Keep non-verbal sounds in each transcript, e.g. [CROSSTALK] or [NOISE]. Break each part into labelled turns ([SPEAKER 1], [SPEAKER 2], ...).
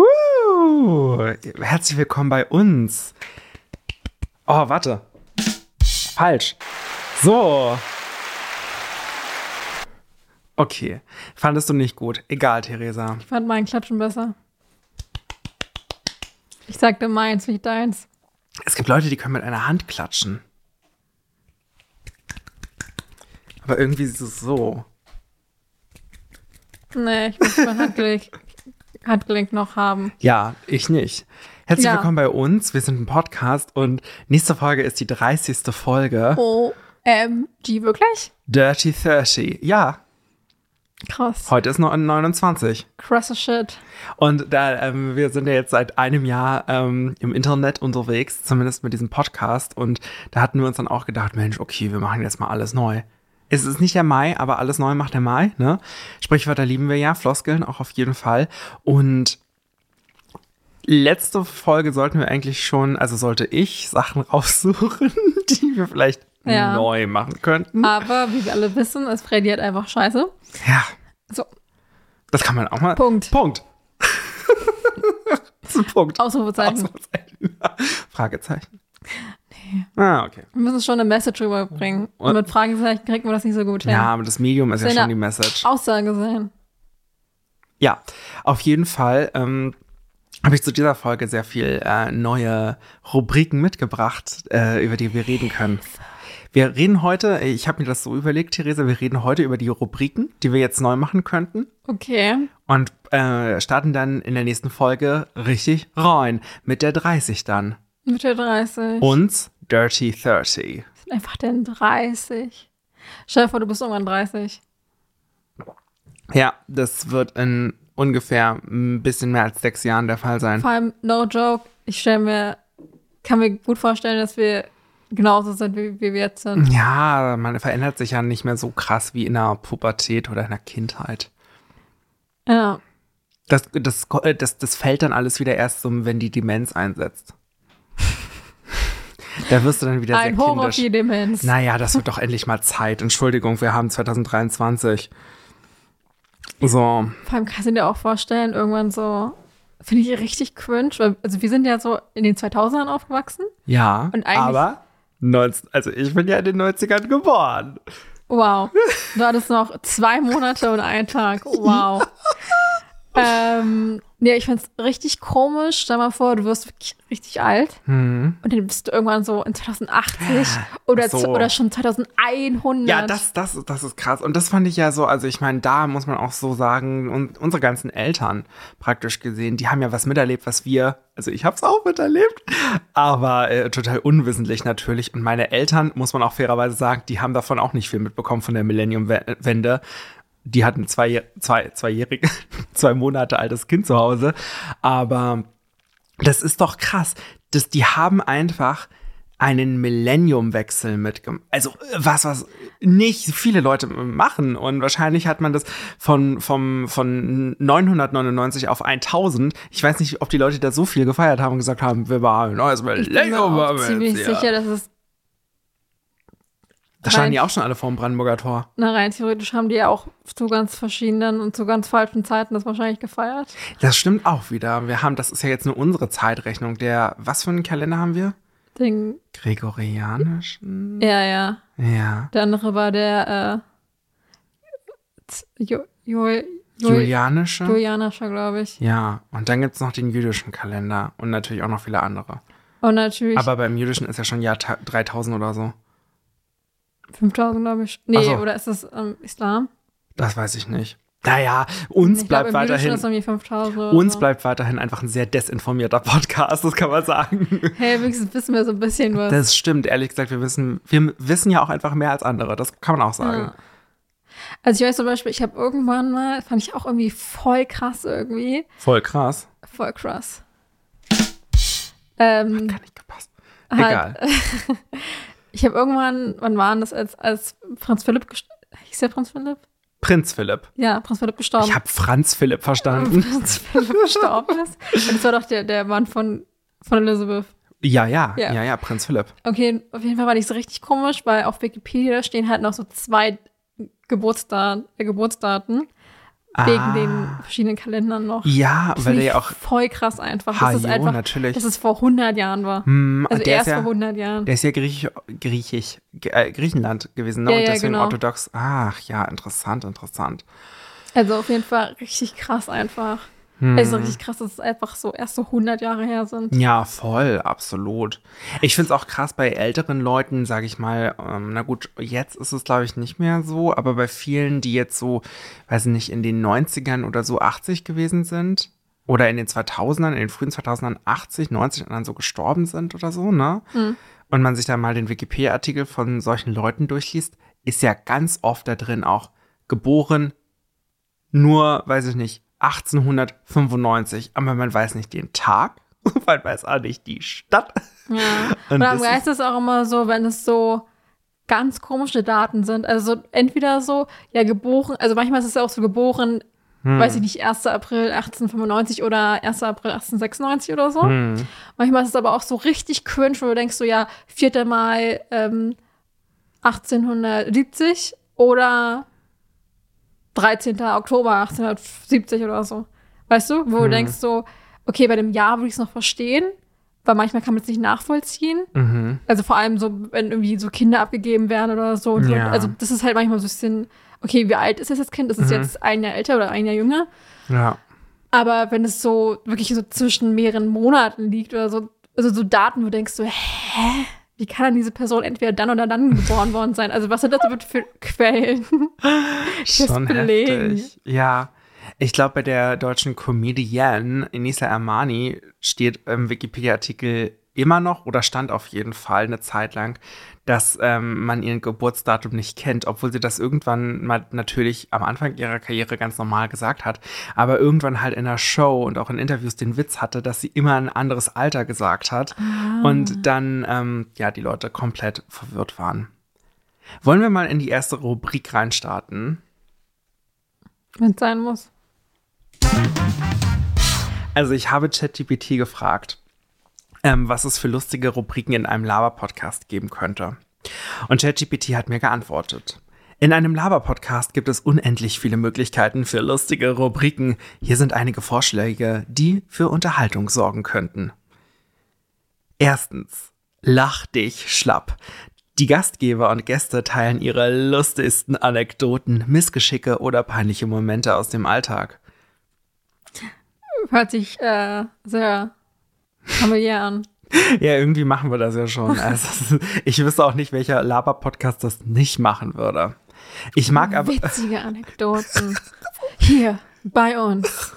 [SPEAKER 1] Uh, herzlich willkommen bei uns. Oh, warte. Falsch. So. Okay. Fandest du nicht gut. Egal, Theresa.
[SPEAKER 2] Ich fand meinen Klatschen besser. Ich sagte meins, nicht deins.
[SPEAKER 1] Es gibt Leute, die können mit einer Hand klatschen. Aber irgendwie ist es so.
[SPEAKER 2] Nee, ich muss mein Handgelenk, Handgelenk noch haben.
[SPEAKER 1] Ja, ich nicht. Herzlich
[SPEAKER 2] Ja.
[SPEAKER 1] willkommen bei uns. Wir sind ein Podcast und nächste Folge ist die 30. Folge.
[SPEAKER 2] Oh. OMG, wirklich?
[SPEAKER 1] Dirty 30. Ja,
[SPEAKER 2] Krass.
[SPEAKER 1] heute ist noch 29.
[SPEAKER 2] Krasser Shit.
[SPEAKER 1] Und da, ähm, wir sind ja jetzt seit einem Jahr ähm, im Internet unterwegs, zumindest mit diesem Podcast. Und da hatten wir uns dann auch gedacht, Mensch, okay, wir machen jetzt mal alles neu. Es ist nicht der Mai, aber alles neu macht der Mai, ne? Sprichwörter lieben wir ja, Floskeln auch auf jeden Fall. Und letzte Folge sollten wir eigentlich schon, also sollte ich Sachen [LAUGHS] raussuchen, die wir vielleicht
[SPEAKER 2] Ja.
[SPEAKER 1] neu machen könnten.
[SPEAKER 2] Aber wie wir alle wissen, ist Freddy halt einfach scheiße.
[SPEAKER 1] Ja,
[SPEAKER 2] So,
[SPEAKER 1] das kann man auch mal.
[SPEAKER 2] Punkt.
[SPEAKER 1] Punkt. [LAUGHS] das ist ein Punkt.
[SPEAKER 2] Ausrufezeichen.
[SPEAKER 1] Ausrufezeichen. [LAUGHS] Fragezeichen. Nee. Ah, okay.
[SPEAKER 2] Wir müssen schon eine Message rüberbringen.
[SPEAKER 1] Und-
[SPEAKER 2] Und mit Fragezeichen kriegt man das nicht so gut
[SPEAKER 1] Ja,
[SPEAKER 2] hin.
[SPEAKER 1] aber das Medium ist ja
[SPEAKER 2] Sind
[SPEAKER 1] schon
[SPEAKER 2] da-
[SPEAKER 1] die Message.
[SPEAKER 2] Aussage sein.
[SPEAKER 1] Ja, auf jeden Fall ähm, habe ich zu dieser Folge sehr viel äh, neue Rubriken mitgebracht, äh, über die wir reden können. Wir reden heute, ich habe mir das so überlegt, Theresa, wir reden heute über die Rubriken, die wir jetzt neu machen könnten.
[SPEAKER 2] Okay.
[SPEAKER 1] Und äh, starten dann in der nächsten Folge richtig rein. Mit der 30 dann.
[SPEAKER 2] Mitte 30.
[SPEAKER 1] Uns Dirty 30.
[SPEAKER 2] sind einfach denn 30. Stell dir vor, du bist irgendwann 30.
[SPEAKER 1] Ja, das wird in ungefähr ein bisschen mehr als sechs Jahren der Fall sein.
[SPEAKER 2] Vor allem, no joke, ich stelle mir, kann mir gut vorstellen, dass wir genauso sind, wie, wie wir jetzt sind.
[SPEAKER 1] Ja, man verändert sich ja nicht mehr so krass wie in der Pubertät oder in der Kindheit.
[SPEAKER 2] Ja,
[SPEAKER 1] Das, das, das, das fällt dann alles wieder erst so, wenn die Demenz einsetzt. Da wirst du dann wieder sehr
[SPEAKER 2] ein Horror auf
[SPEAKER 1] kindisch.
[SPEAKER 2] die Demenz.
[SPEAKER 1] Naja, das wird doch endlich mal Zeit. Entschuldigung, wir haben 2023. So,
[SPEAKER 2] Vor allem kannst du dir auch vorstellen, irgendwann so, finde ich richtig cringe, weil, also wir sind ja so in den 2000ern aufgewachsen.
[SPEAKER 1] ja.
[SPEAKER 2] Und eigentlich-
[SPEAKER 1] aber, 19, also ich bin ja in den 90ern geboren.
[SPEAKER 2] Wow. Du hattest noch zwei Monate und einen
[SPEAKER 1] [LAUGHS]
[SPEAKER 2] Tag. Wow. ähm, nee, ich find's richtig komisch. Stell mal vor, du wirst wirklich richtig alt. Und dann bist du irgendwann so in 2080
[SPEAKER 1] Mhm.
[SPEAKER 2] oder,
[SPEAKER 1] Ah, Ach so.
[SPEAKER 2] zu, oder schon 2100.
[SPEAKER 1] Ja, das, das, das ist krass. Und das fand ich ja so, also ich meine, da muss man auch so sagen, und unsere ganzen Eltern praktisch gesehen, die haben ja was miterlebt, was wir, also ich hab's auch miterlebt, aber äh, total unwissentlich natürlich. Und meine Eltern, muss man auch fairerweise sagen, die haben davon auch nicht viel mitbekommen von der Millennium-Wende. Die hatten zwei, zwei, zweijährige, [LAUGHS] zwei Monate altes Kind zu Hause. Aber das ist doch krass. Das, die haben einfach einen Millenniumwechsel mitgemacht. Also äh, was, was nicht viele Leute machen. Und wahrscheinlich hat man das von, vom, von 999 auf 1000. Ich weiß nicht, ob die Leute da so viel gefeiert haben und gesagt haben, wir waren ein neues
[SPEAKER 2] ich bin mir
[SPEAKER 1] Millennium.
[SPEAKER 2] auch
[SPEAKER 1] haben wir
[SPEAKER 2] ziemlich
[SPEAKER 1] jetzt hier.
[SPEAKER 2] sicher, dass es,
[SPEAKER 1] Da standen die auch schon alle vorm Brandenburger Tor.
[SPEAKER 2] na rein theoretisch haben die ja auch zu ganz verschiedenen und zu ganz falschen Zeiten das wahrscheinlich gefeiert.
[SPEAKER 1] Das stimmt auch wieder. Wir haben, das ist ja jetzt nur unsere Zeitrechnung. Der, was für einen Kalender haben wir?
[SPEAKER 2] Den,
[SPEAKER 1] Gregorianischen?
[SPEAKER 2] ja, ja.
[SPEAKER 1] Ja.
[SPEAKER 2] Der andere war der äh, Z- jo, jo, jo,
[SPEAKER 1] Julianische?
[SPEAKER 2] Julianischer, glaube ich.
[SPEAKER 1] Ja, und dann gibt's noch den jüdischen Kalender und natürlich auch noch viele andere.
[SPEAKER 2] Und natürlich
[SPEAKER 1] Aber beim jüdischen ist ja schon Jahr ta- 3000 oder so.
[SPEAKER 2] 5000, glaube ich.
[SPEAKER 1] Ach
[SPEAKER 2] Nee,
[SPEAKER 1] so.
[SPEAKER 2] oder ist das ähm, Islam?
[SPEAKER 1] Das weiß ich nicht. Naja, uns
[SPEAKER 2] Ich glaub,
[SPEAKER 1] bleibt
[SPEAKER 2] im Jüdischen
[SPEAKER 1] weiterhin.
[SPEAKER 2] Ist irgendwie 5000 oder
[SPEAKER 1] Uns
[SPEAKER 2] so.
[SPEAKER 1] bleibt weiterhin einfach ein sehr desinformierter Podcast, das kann man sagen.
[SPEAKER 2] Hey, wenigstens wissen wir so ein bisschen was.
[SPEAKER 1] Das stimmt, ehrlich gesagt, wir wissen, wir wissen ja auch einfach mehr als andere, das kann man auch sagen.
[SPEAKER 2] Ja. Also ich weiß zum Beispiel, ich habe irgendwann mal, fand ich auch irgendwie voll krass irgendwie.
[SPEAKER 1] Voll krass.
[SPEAKER 2] Voll krass. Ähm,
[SPEAKER 1] Hat nicht gepasst.
[SPEAKER 2] Halt.
[SPEAKER 1] Egal.
[SPEAKER 2] [LAUGHS] Ich habe irgendwann, wann waren das, als, als Franz Philipp gest- hieß der Prinz Philipp?
[SPEAKER 1] Prinz Philipp.
[SPEAKER 2] Ja, Prinz Philipp gestorben. [LAUGHS]
[SPEAKER 1] Ich habe Franz Philipp verstanden.
[SPEAKER 2] Prinz Philipp gestorben ist. Und das war doch der, der Mann von, von Elizabeth.
[SPEAKER 1] Ja, ja,
[SPEAKER 2] Ja.
[SPEAKER 1] ja, ja, Prinz Philipp.
[SPEAKER 2] Okay, auf jeden Fall war die so richtig komisch, weil auf Wikipedia stehen halt noch so zwei Geburtsdaten, äh, Geburtsdaten wegen
[SPEAKER 1] Ah.
[SPEAKER 2] den verschiedenen Kalendern noch.
[SPEAKER 1] Ja,
[SPEAKER 2] Das
[SPEAKER 1] weil
[SPEAKER 2] finde
[SPEAKER 1] der ja
[SPEAKER 2] ich
[SPEAKER 1] auch.
[SPEAKER 2] voll krass einfach. Das
[SPEAKER 1] Ha,
[SPEAKER 2] ist
[SPEAKER 1] jo,
[SPEAKER 2] einfach,
[SPEAKER 1] natürlich.
[SPEAKER 2] dass es vor 100 Jahren war.
[SPEAKER 1] Hm,
[SPEAKER 2] Also
[SPEAKER 1] der,
[SPEAKER 2] erst
[SPEAKER 1] ist ja,
[SPEAKER 2] vor 100 Jahren.
[SPEAKER 1] der ist ja griechisch, griechisch G- äh, Griechenland gewesen, ne?
[SPEAKER 2] Ja,
[SPEAKER 1] Und
[SPEAKER 2] ja,
[SPEAKER 1] deswegen
[SPEAKER 2] genau.
[SPEAKER 1] orthodox. Ach ja, interessant, interessant.
[SPEAKER 2] Also auf jeden Fall richtig krass einfach. Also richtig krass, dass es einfach so erst so 100 Jahre her sind.
[SPEAKER 1] Ja, voll, absolut. Ich finde es auch krass bei älteren Leuten, sage ich mal, ähm, na gut, jetzt ist es, glaube ich, nicht mehr so, aber bei vielen, die jetzt so, weiß ich nicht, in den 90ern oder so 80 gewesen sind oder in den 2000ern, in den frühen 2000ern 80, 90 und dann so gestorben sind oder so, ne?
[SPEAKER 2] Hm.
[SPEAKER 1] Und man sich dann mal den Wikipedia-Artikel von solchen Leuten durchliest, ist ja ganz oft da drin auch geboren, nur, weiß ich nicht, 1895, aber man weiß nicht den Tag, [LAUGHS] man weiß auch nicht die Stadt.
[SPEAKER 2] Ja.
[SPEAKER 1] Und
[SPEAKER 2] Und am
[SPEAKER 1] das
[SPEAKER 2] Geist ist auch immer so, wenn es so ganz komische Daten sind. Also so entweder so, ja, geboren, also manchmal ist es ja auch so geboren,
[SPEAKER 1] Hm.
[SPEAKER 2] weiß ich nicht, 1. April 1895 oder 1. April 1896 oder so.
[SPEAKER 1] Hm.
[SPEAKER 2] Manchmal ist es aber auch so richtig cringe, wo du denkst so, ja, 4. Mai ähm, 1870 oder 13. Oktober 1870 oder so. Weißt du, wo
[SPEAKER 1] Mhm.
[SPEAKER 2] du denkst so, okay, bei dem Jahr würde ich es noch verstehen, weil manchmal kann man es nicht nachvollziehen.
[SPEAKER 1] Mhm.
[SPEAKER 2] Also vor allem so, wenn irgendwie so Kinder abgegeben werden oder so. Und so.
[SPEAKER 1] Ja.
[SPEAKER 2] Also das ist halt manchmal so ein bisschen, okay, wie alt ist das jetzt Kind? Ist es
[SPEAKER 1] Mhm.
[SPEAKER 2] jetzt ein Jahr älter oder ein Jahr jünger?
[SPEAKER 1] Ja.
[SPEAKER 2] Aber wenn es so wirklich so zwischen mehreren Monaten liegt oder so, also so Daten, wo du denkst so, hä? Wie kann dann diese Person entweder dann oder dann geboren worden sein? Also was sind das bitte für Quellen? [LAUGHS]
[SPEAKER 1] Schon
[SPEAKER 2] belegen.
[SPEAKER 1] heftig. Ja. Ich glaube, bei der deutschen Comedienne Enisa Armani steht im Wikipedia-Artikel immer noch oder stand auf jeden Fall eine Zeit lang, dass ähm, man ihren Geburtsdatum nicht kennt, obwohl sie das irgendwann mal natürlich am Anfang ihrer Karriere ganz normal gesagt hat, aber irgendwann halt in der Show und auch in Interviews den Witz hatte, dass sie immer ein anderes Alter gesagt hat und dann ähm, ja die Leute komplett verwirrt waren. Wollen wir mal in die erste Rubrik reinstarten?
[SPEAKER 2] Wenn es sein muss.
[SPEAKER 1] Also ich habe ChatGPT gefragt, ähm, was es für lustige Rubriken in einem Laber-Podcast geben könnte. Und ChatGPT hat mir geantwortet. In einem Laber-Podcast gibt es unendlich viele Möglichkeiten für lustige Rubriken. Hier sind einige Vorschläge, die für Unterhaltung sorgen könnten. Erstens. Lach dich schlapp. Die Gastgeber und Gäste teilen ihre lustigsten Anekdoten, Missgeschicke oder peinliche Momente aus dem Alltag.
[SPEAKER 2] Hört sich äh, sehr familiär an.
[SPEAKER 1] Ja, irgendwie machen wir das ja schon. Also, ich wüsste auch nicht, welcher Laber-Podcast das nicht machen würde. Ich mag aber.
[SPEAKER 2] Witzige Anekdoten. Hier, bei uns.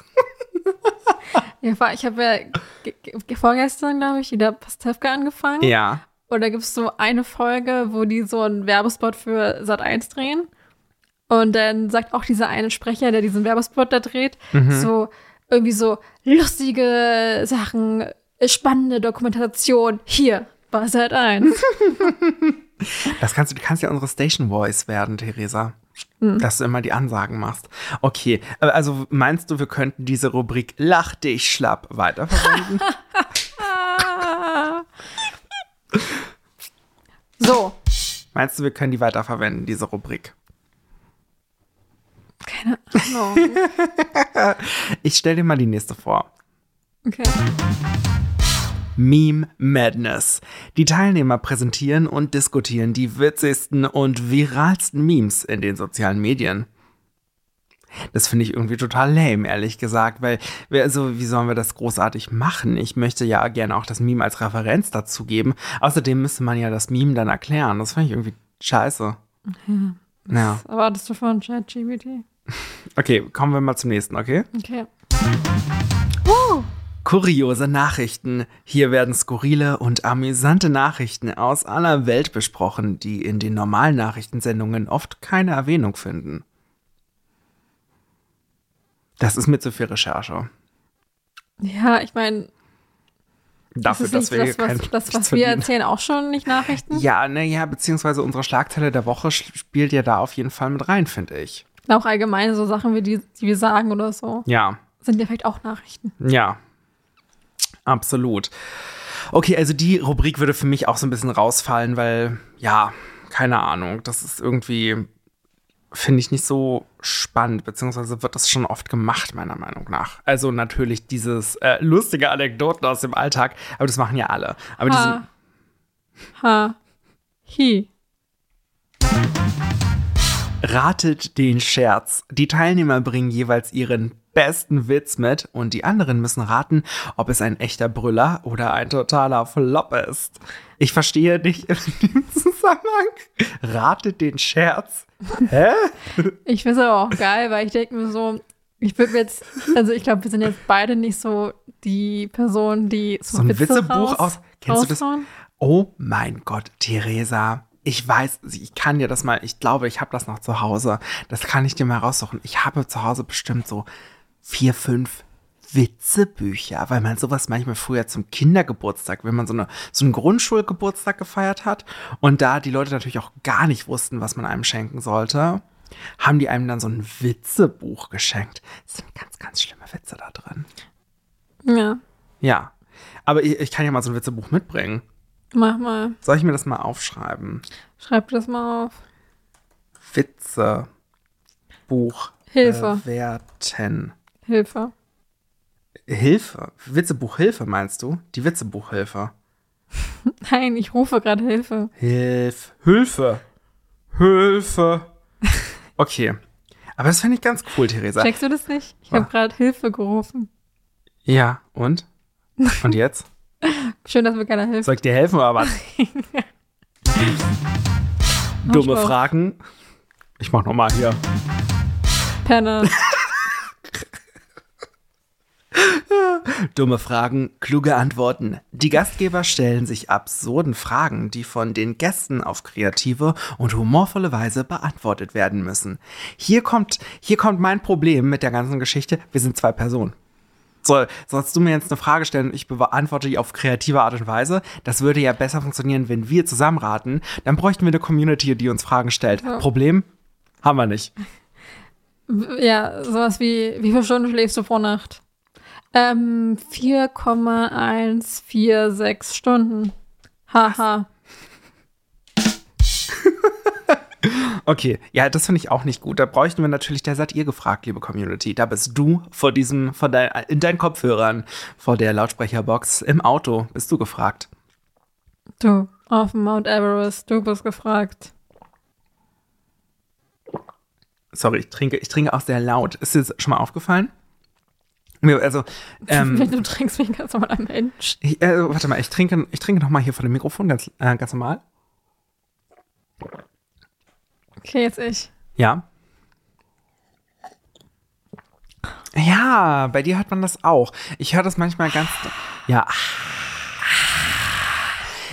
[SPEAKER 2] Ja, vor- ich habe ja ge- ge- vorgestern, glaube ich, wieder Pastewka angefangen.
[SPEAKER 1] Ja.
[SPEAKER 2] Und da gibt es so eine Folge, wo die so einen Werbespot für Sat1 drehen. Und dann sagt auch dieser eine Sprecher, der diesen Werbespot da dreht,
[SPEAKER 1] Mhm.
[SPEAKER 2] so irgendwie so lustige Sachen, äh, spannende Dokumentation hier bei Sat1.
[SPEAKER 1] [LAUGHS] Das kannst du, du kannst ja unsere Station Voice werden, Theresa. Dass du immer die Ansagen machst. Okay, aber also meinst du, wir könnten diese Rubrik Lach dich schlapp weiterverwenden?
[SPEAKER 2] Ah. so,
[SPEAKER 1] meinst du, wir können die weiterverwenden, diese Rubrik?
[SPEAKER 2] keine Ahnung.
[SPEAKER 1] Ich stell dir mal die nächste vor.
[SPEAKER 2] Okay.
[SPEAKER 1] Meme Madness. Die Teilnehmer präsentieren und diskutieren die witzigsten und viralsten Memes in den sozialen Medien. Das finde ich irgendwie total lame, ehrlich gesagt, weil, wer- also, wie sollen wir das großartig machen? Ich möchte ja gerne auch das Meme als Referenz dazu geben. Außerdem müsste man ja das Meme dann erklären. Das finde ich irgendwie scheiße. Ja.
[SPEAKER 2] Was erwartest du von ChatGPT?
[SPEAKER 1] Okay, kommen wir mal zum nächsten, okay?
[SPEAKER 2] Okay.
[SPEAKER 1] Kuriose Nachrichten. Hier werden skurrile und amüsante Nachrichten aus aller Welt besprochen, die in den normalen Nachrichtensendungen oft keine Erwähnung finden. Das ist mir zu viel Recherche.
[SPEAKER 2] Ja, ich meine,
[SPEAKER 1] Dafür,
[SPEAKER 2] ist das
[SPEAKER 1] dass
[SPEAKER 2] nicht
[SPEAKER 1] wir
[SPEAKER 2] das,
[SPEAKER 1] hier kein
[SPEAKER 2] was, das,
[SPEAKER 1] nichts
[SPEAKER 2] was wir
[SPEAKER 1] verdienen.
[SPEAKER 2] erzählen, auch schon nicht Nachrichten?
[SPEAKER 1] Ja, naja, beziehungsweise unsere Schlagzeile der Woche sch- spielt ja da auf jeden Fall mit rein, finde ich.
[SPEAKER 2] Auch allgemein so Sachen, wie die, die wir sagen oder so,
[SPEAKER 1] Ja,
[SPEAKER 2] sind ja vielleicht auch Nachrichten.
[SPEAKER 1] ja. Absolut. Okay, also die Rubrik würde für mich auch so ein bisschen rausfallen, weil, ja, keine Ahnung, das ist irgendwie, finde ich nicht so spannend, beziehungsweise wird das schon oft gemacht, meiner Meinung nach. Also natürlich dieses äh, lustige Anekdoten aus dem Alltag, aber das machen ja alle. Aber diesen,
[SPEAKER 2] Ha. Ha. Hi.
[SPEAKER 1] Ratet den Scherz. Die Teilnehmer bringen jeweils ihren besten Witz mit und die anderen müssen raten, ob es ein echter Brüller oder ein totaler Flop ist. Ich verstehe dich in dem [LAUGHS] Zusammenhang. Ratet den Scherz.
[SPEAKER 2] Ich finde es aber auch geil, weil ich denke mir so, ich würde mir jetzt, also ich glaube, wir sind jetzt beide nicht so die Person, die so,
[SPEAKER 1] So ein
[SPEAKER 2] Witze
[SPEAKER 1] Witzebuch
[SPEAKER 2] raus,
[SPEAKER 1] aus. Kennst du das?
[SPEAKER 2] raushauen.
[SPEAKER 1] Oh mein Gott, Theresa. Ich weiß, ich kann dir das mal, ich glaube, ich habe das noch zu Hause. Das kann ich dir mal raussuchen. Ich habe zu Hause bestimmt so vier, fünf Witzebücher, weil man sowas manchmal früher zum Kindergeburtstag, wenn man so, eine, so einen Grundschulgeburtstag gefeiert hat und da die Leute natürlich auch gar nicht wussten, was man einem schenken sollte, haben die einem dann so ein Witzebuch geschenkt. Es sind ganz, ganz schlimme Witze da drin.
[SPEAKER 2] Ja,
[SPEAKER 1] Ja, aber ich, ich kann ja mal so ein Witzebuch mitbringen.
[SPEAKER 2] mach mal.
[SPEAKER 1] Soll ich mir das mal aufschreiben?
[SPEAKER 2] Schreib das mal auf.
[SPEAKER 1] Witze Buch
[SPEAKER 2] Hilfe.
[SPEAKER 1] äh, bewerten.
[SPEAKER 2] Hilfe.
[SPEAKER 1] Hilfe. Witzebuch Hilfe meinst du? Die Witzebuchhilfe.
[SPEAKER 2] Nein, ich rufe gerade Hilfe.
[SPEAKER 1] Hilf. Hilfe. Hilfe. Okay. Aber das finde ich ganz cool, Theresa.
[SPEAKER 2] Checkst du das nicht? Ich habe
[SPEAKER 1] Was?
[SPEAKER 2] gerade Hilfe gerufen.
[SPEAKER 1] Ja, und? Und jetzt?
[SPEAKER 2] Schön, dass mir keiner hilft.
[SPEAKER 1] Soll ich dir helfen oder was? Dumme
[SPEAKER 2] Spaß.
[SPEAKER 1] Fragen. Ich mach nochmal hier.
[SPEAKER 2] Penner.
[SPEAKER 1] Dumme Fragen, kluge Antworten. Die Gastgeber stellen sich absurden Fragen, die von den Gästen auf kreative und humorvolle Weise beantwortet werden müssen. Hier kommt, hier kommt mein Problem mit der ganzen Geschichte. Wir sind zwei Personen. So, sollst du mir jetzt eine Frage stellen und ich beantworte die auf kreative Art und Weise? Das würde ja besser funktionieren, wenn wir zusammen raten. Dann bräuchten wir eine Community, die uns Fragen stellt. Problem? Haben wir nicht.
[SPEAKER 2] Ja, sowas wie, wie viele Stunden schläfst du pro Nacht? Ähm, 4,146 Stunden. Haha.
[SPEAKER 1] Okay, ja, das finde ich auch nicht gut. Da bräuchten wir natürlich, da seid ihr gefragt, liebe Community. Da bist du vor diesem, vor dein, in deinen Kopfhörern, vor der Lautsprecherbox im Auto, bist du gefragt.
[SPEAKER 2] Du, auf dem Mount Everest, du bist gefragt.
[SPEAKER 1] Sorry, ich trinke, ich trinke auch sehr laut. Ist dir das schon mal aufgefallen? Mir- Also, ähm,
[SPEAKER 2] Wenn [LAUGHS] du trinkst wie ein ganz normaler Mensch.
[SPEAKER 1] ich, äh, warte mal, ich trinke, ich trinke nochmal hier vor dem Mikrofon ganz, äh, ganz normal.
[SPEAKER 2] Okay, jetzt ich.
[SPEAKER 1] Ja. Ja, bei dir hört man das auch. Ich höre das manchmal ganz. Ja.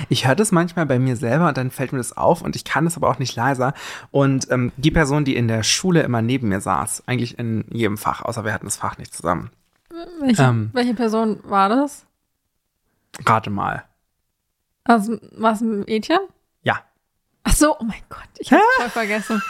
[SPEAKER 1] Ich höre das manchmal bei mir selber und dann fällt mir das auf und ich kann es aber auch nicht leiser. Und ähm, die Person, die in der Schule immer neben mir saß, eigentlich in jedem Fach, außer wir hatten das Fach nicht zusammen.
[SPEAKER 2] Welche,
[SPEAKER 1] Ähm.
[SPEAKER 2] welche Person war das?
[SPEAKER 1] Rate mal.
[SPEAKER 2] Also, war es ein Mädchen?
[SPEAKER 1] Ja.
[SPEAKER 2] Ach so, oh mein Gott, ich hab's
[SPEAKER 1] [LAUGHS]
[SPEAKER 2] voll vergessen.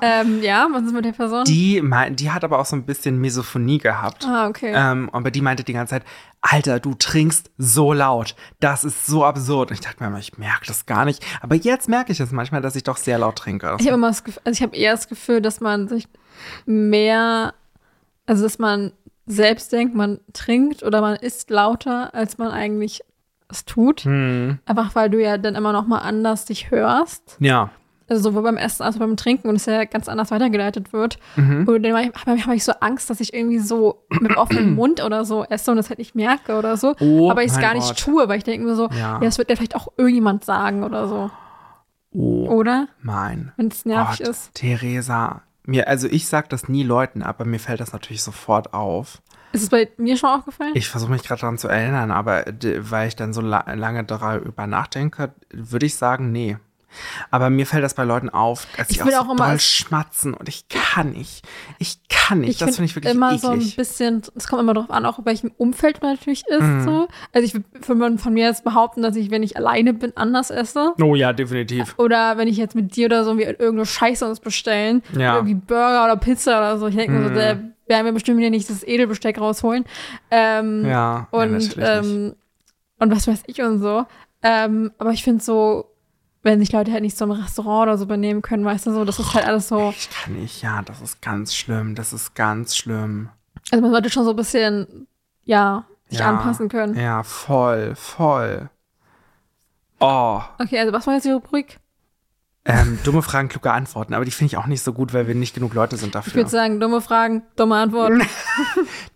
[SPEAKER 2] ähm, ja, was ist mit der Person?
[SPEAKER 1] Die, mein, die hat aber auch so ein bisschen Misophonie gehabt.
[SPEAKER 2] ah, okay.
[SPEAKER 1] Ähm, aber die meinte die ganze Zeit, Alter, du trinkst so laut. Das ist so absurd. Und ich dachte mir immer, ich merke das gar nicht. Aber jetzt merke ich es manchmal, dass ich doch sehr laut trinke.
[SPEAKER 2] Ich habe immer das Gefühl, also ich habe eher das Gefühl, dass man sich mehr, also dass man selbst denkt, man trinkt oder man ist lauter, als man eigentlich es tut.
[SPEAKER 1] Hm.
[SPEAKER 2] Einfach weil du ja dann immer noch mal anders dich hörst.
[SPEAKER 1] Ja.
[SPEAKER 2] Also sowohl beim Essen als auch beim Trinken und es ja ganz anders weitergeleitet wird.
[SPEAKER 1] Mhm.
[SPEAKER 2] Und dann habe ich, hab, hab ich so Angst, dass ich irgendwie so mit
[SPEAKER 1] [CLEARS THROAT]
[SPEAKER 2] offenem Mund oder so esse und das halt nicht merke oder so.
[SPEAKER 1] Oh
[SPEAKER 2] aber ich es
[SPEAKER 1] mein
[SPEAKER 2] gar nicht
[SPEAKER 1] Gott.
[SPEAKER 2] tue, weil ich denke mir so,
[SPEAKER 1] Ja.
[SPEAKER 2] ja, das wird ja vielleicht auch irgendjemand sagen oder so.
[SPEAKER 1] Oh
[SPEAKER 2] Oder?
[SPEAKER 1] mein
[SPEAKER 2] Wenn es nervig
[SPEAKER 1] Gott,
[SPEAKER 2] ist.
[SPEAKER 1] Theresa. Mir, also ich sag das nie Leuten, aber mir fällt das natürlich sofort auf.
[SPEAKER 2] Ist es bei mir schon aufgefallen?
[SPEAKER 1] Ich versuche mich gerade daran zu erinnern, aber d- weil ich dann so la lange darüber nachdenke, würde ich sagen, nee. Aber mir fällt das bei Leuten auf, dass
[SPEAKER 2] Ich
[SPEAKER 1] ich auch,
[SPEAKER 2] bin
[SPEAKER 1] so
[SPEAKER 2] auch immer-
[SPEAKER 1] doll schmatzen und ich kann nicht. Ich kann nicht. das finde ich wirklich
[SPEAKER 2] immer
[SPEAKER 1] eklig.
[SPEAKER 2] so ein bisschen, es kommt immer darauf an, auch in welchem Umfeld man natürlich ist.
[SPEAKER 1] Mhm.
[SPEAKER 2] So. Also ich würde von, von mir jetzt behaupten, dass ich, wenn ich alleine bin, anders esse.
[SPEAKER 1] oh ja, definitiv.
[SPEAKER 2] Oder wenn ich jetzt mit dir oder so irgendwie irgendeine Scheiße uns bestellen,
[SPEAKER 1] Ja. Mhm.
[SPEAKER 2] irgendwie Burger oder Pizza oder so, ich denke mir so, da werden wir bestimmt wieder nicht das Edelbesteck rausholen. Ähm,
[SPEAKER 1] Ja. ja,
[SPEAKER 2] und,
[SPEAKER 1] natürlich nicht.
[SPEAKER 2] ähm, und was weiß ich und so. Ähm, aber ich finde so, wenn sich Leute halt nicht so im Restaurant oder so benehmen können, weißt du so, das ist halt alles so.
[SPEAKER 1] Ich kann nicht, ja, das ist ganz schlimm. Das ist ganz schlimm.
[SPEAKER 2] Also man sollte schon so ein bisschen, ja, sich
[SPEAKER 1] Ja.
[SPEAKER 2] anpassen können.
[SPEAKER 1] Ja, voll, voll. Oh,
[SPEAKER 2] Okay, also was war jetzt die Rubrik?
[SPEAKER 1] ähm, dumme Fragen, kluge Antworten. Aber die finde ich auch nicht so gut, weil wir nicht genug Leute sind
[SPEAKER 2] Ich
[SPEAKER 1] dafür.
[SPEAKER 2] würde sagen, dumme Fragen, dumme Antworten.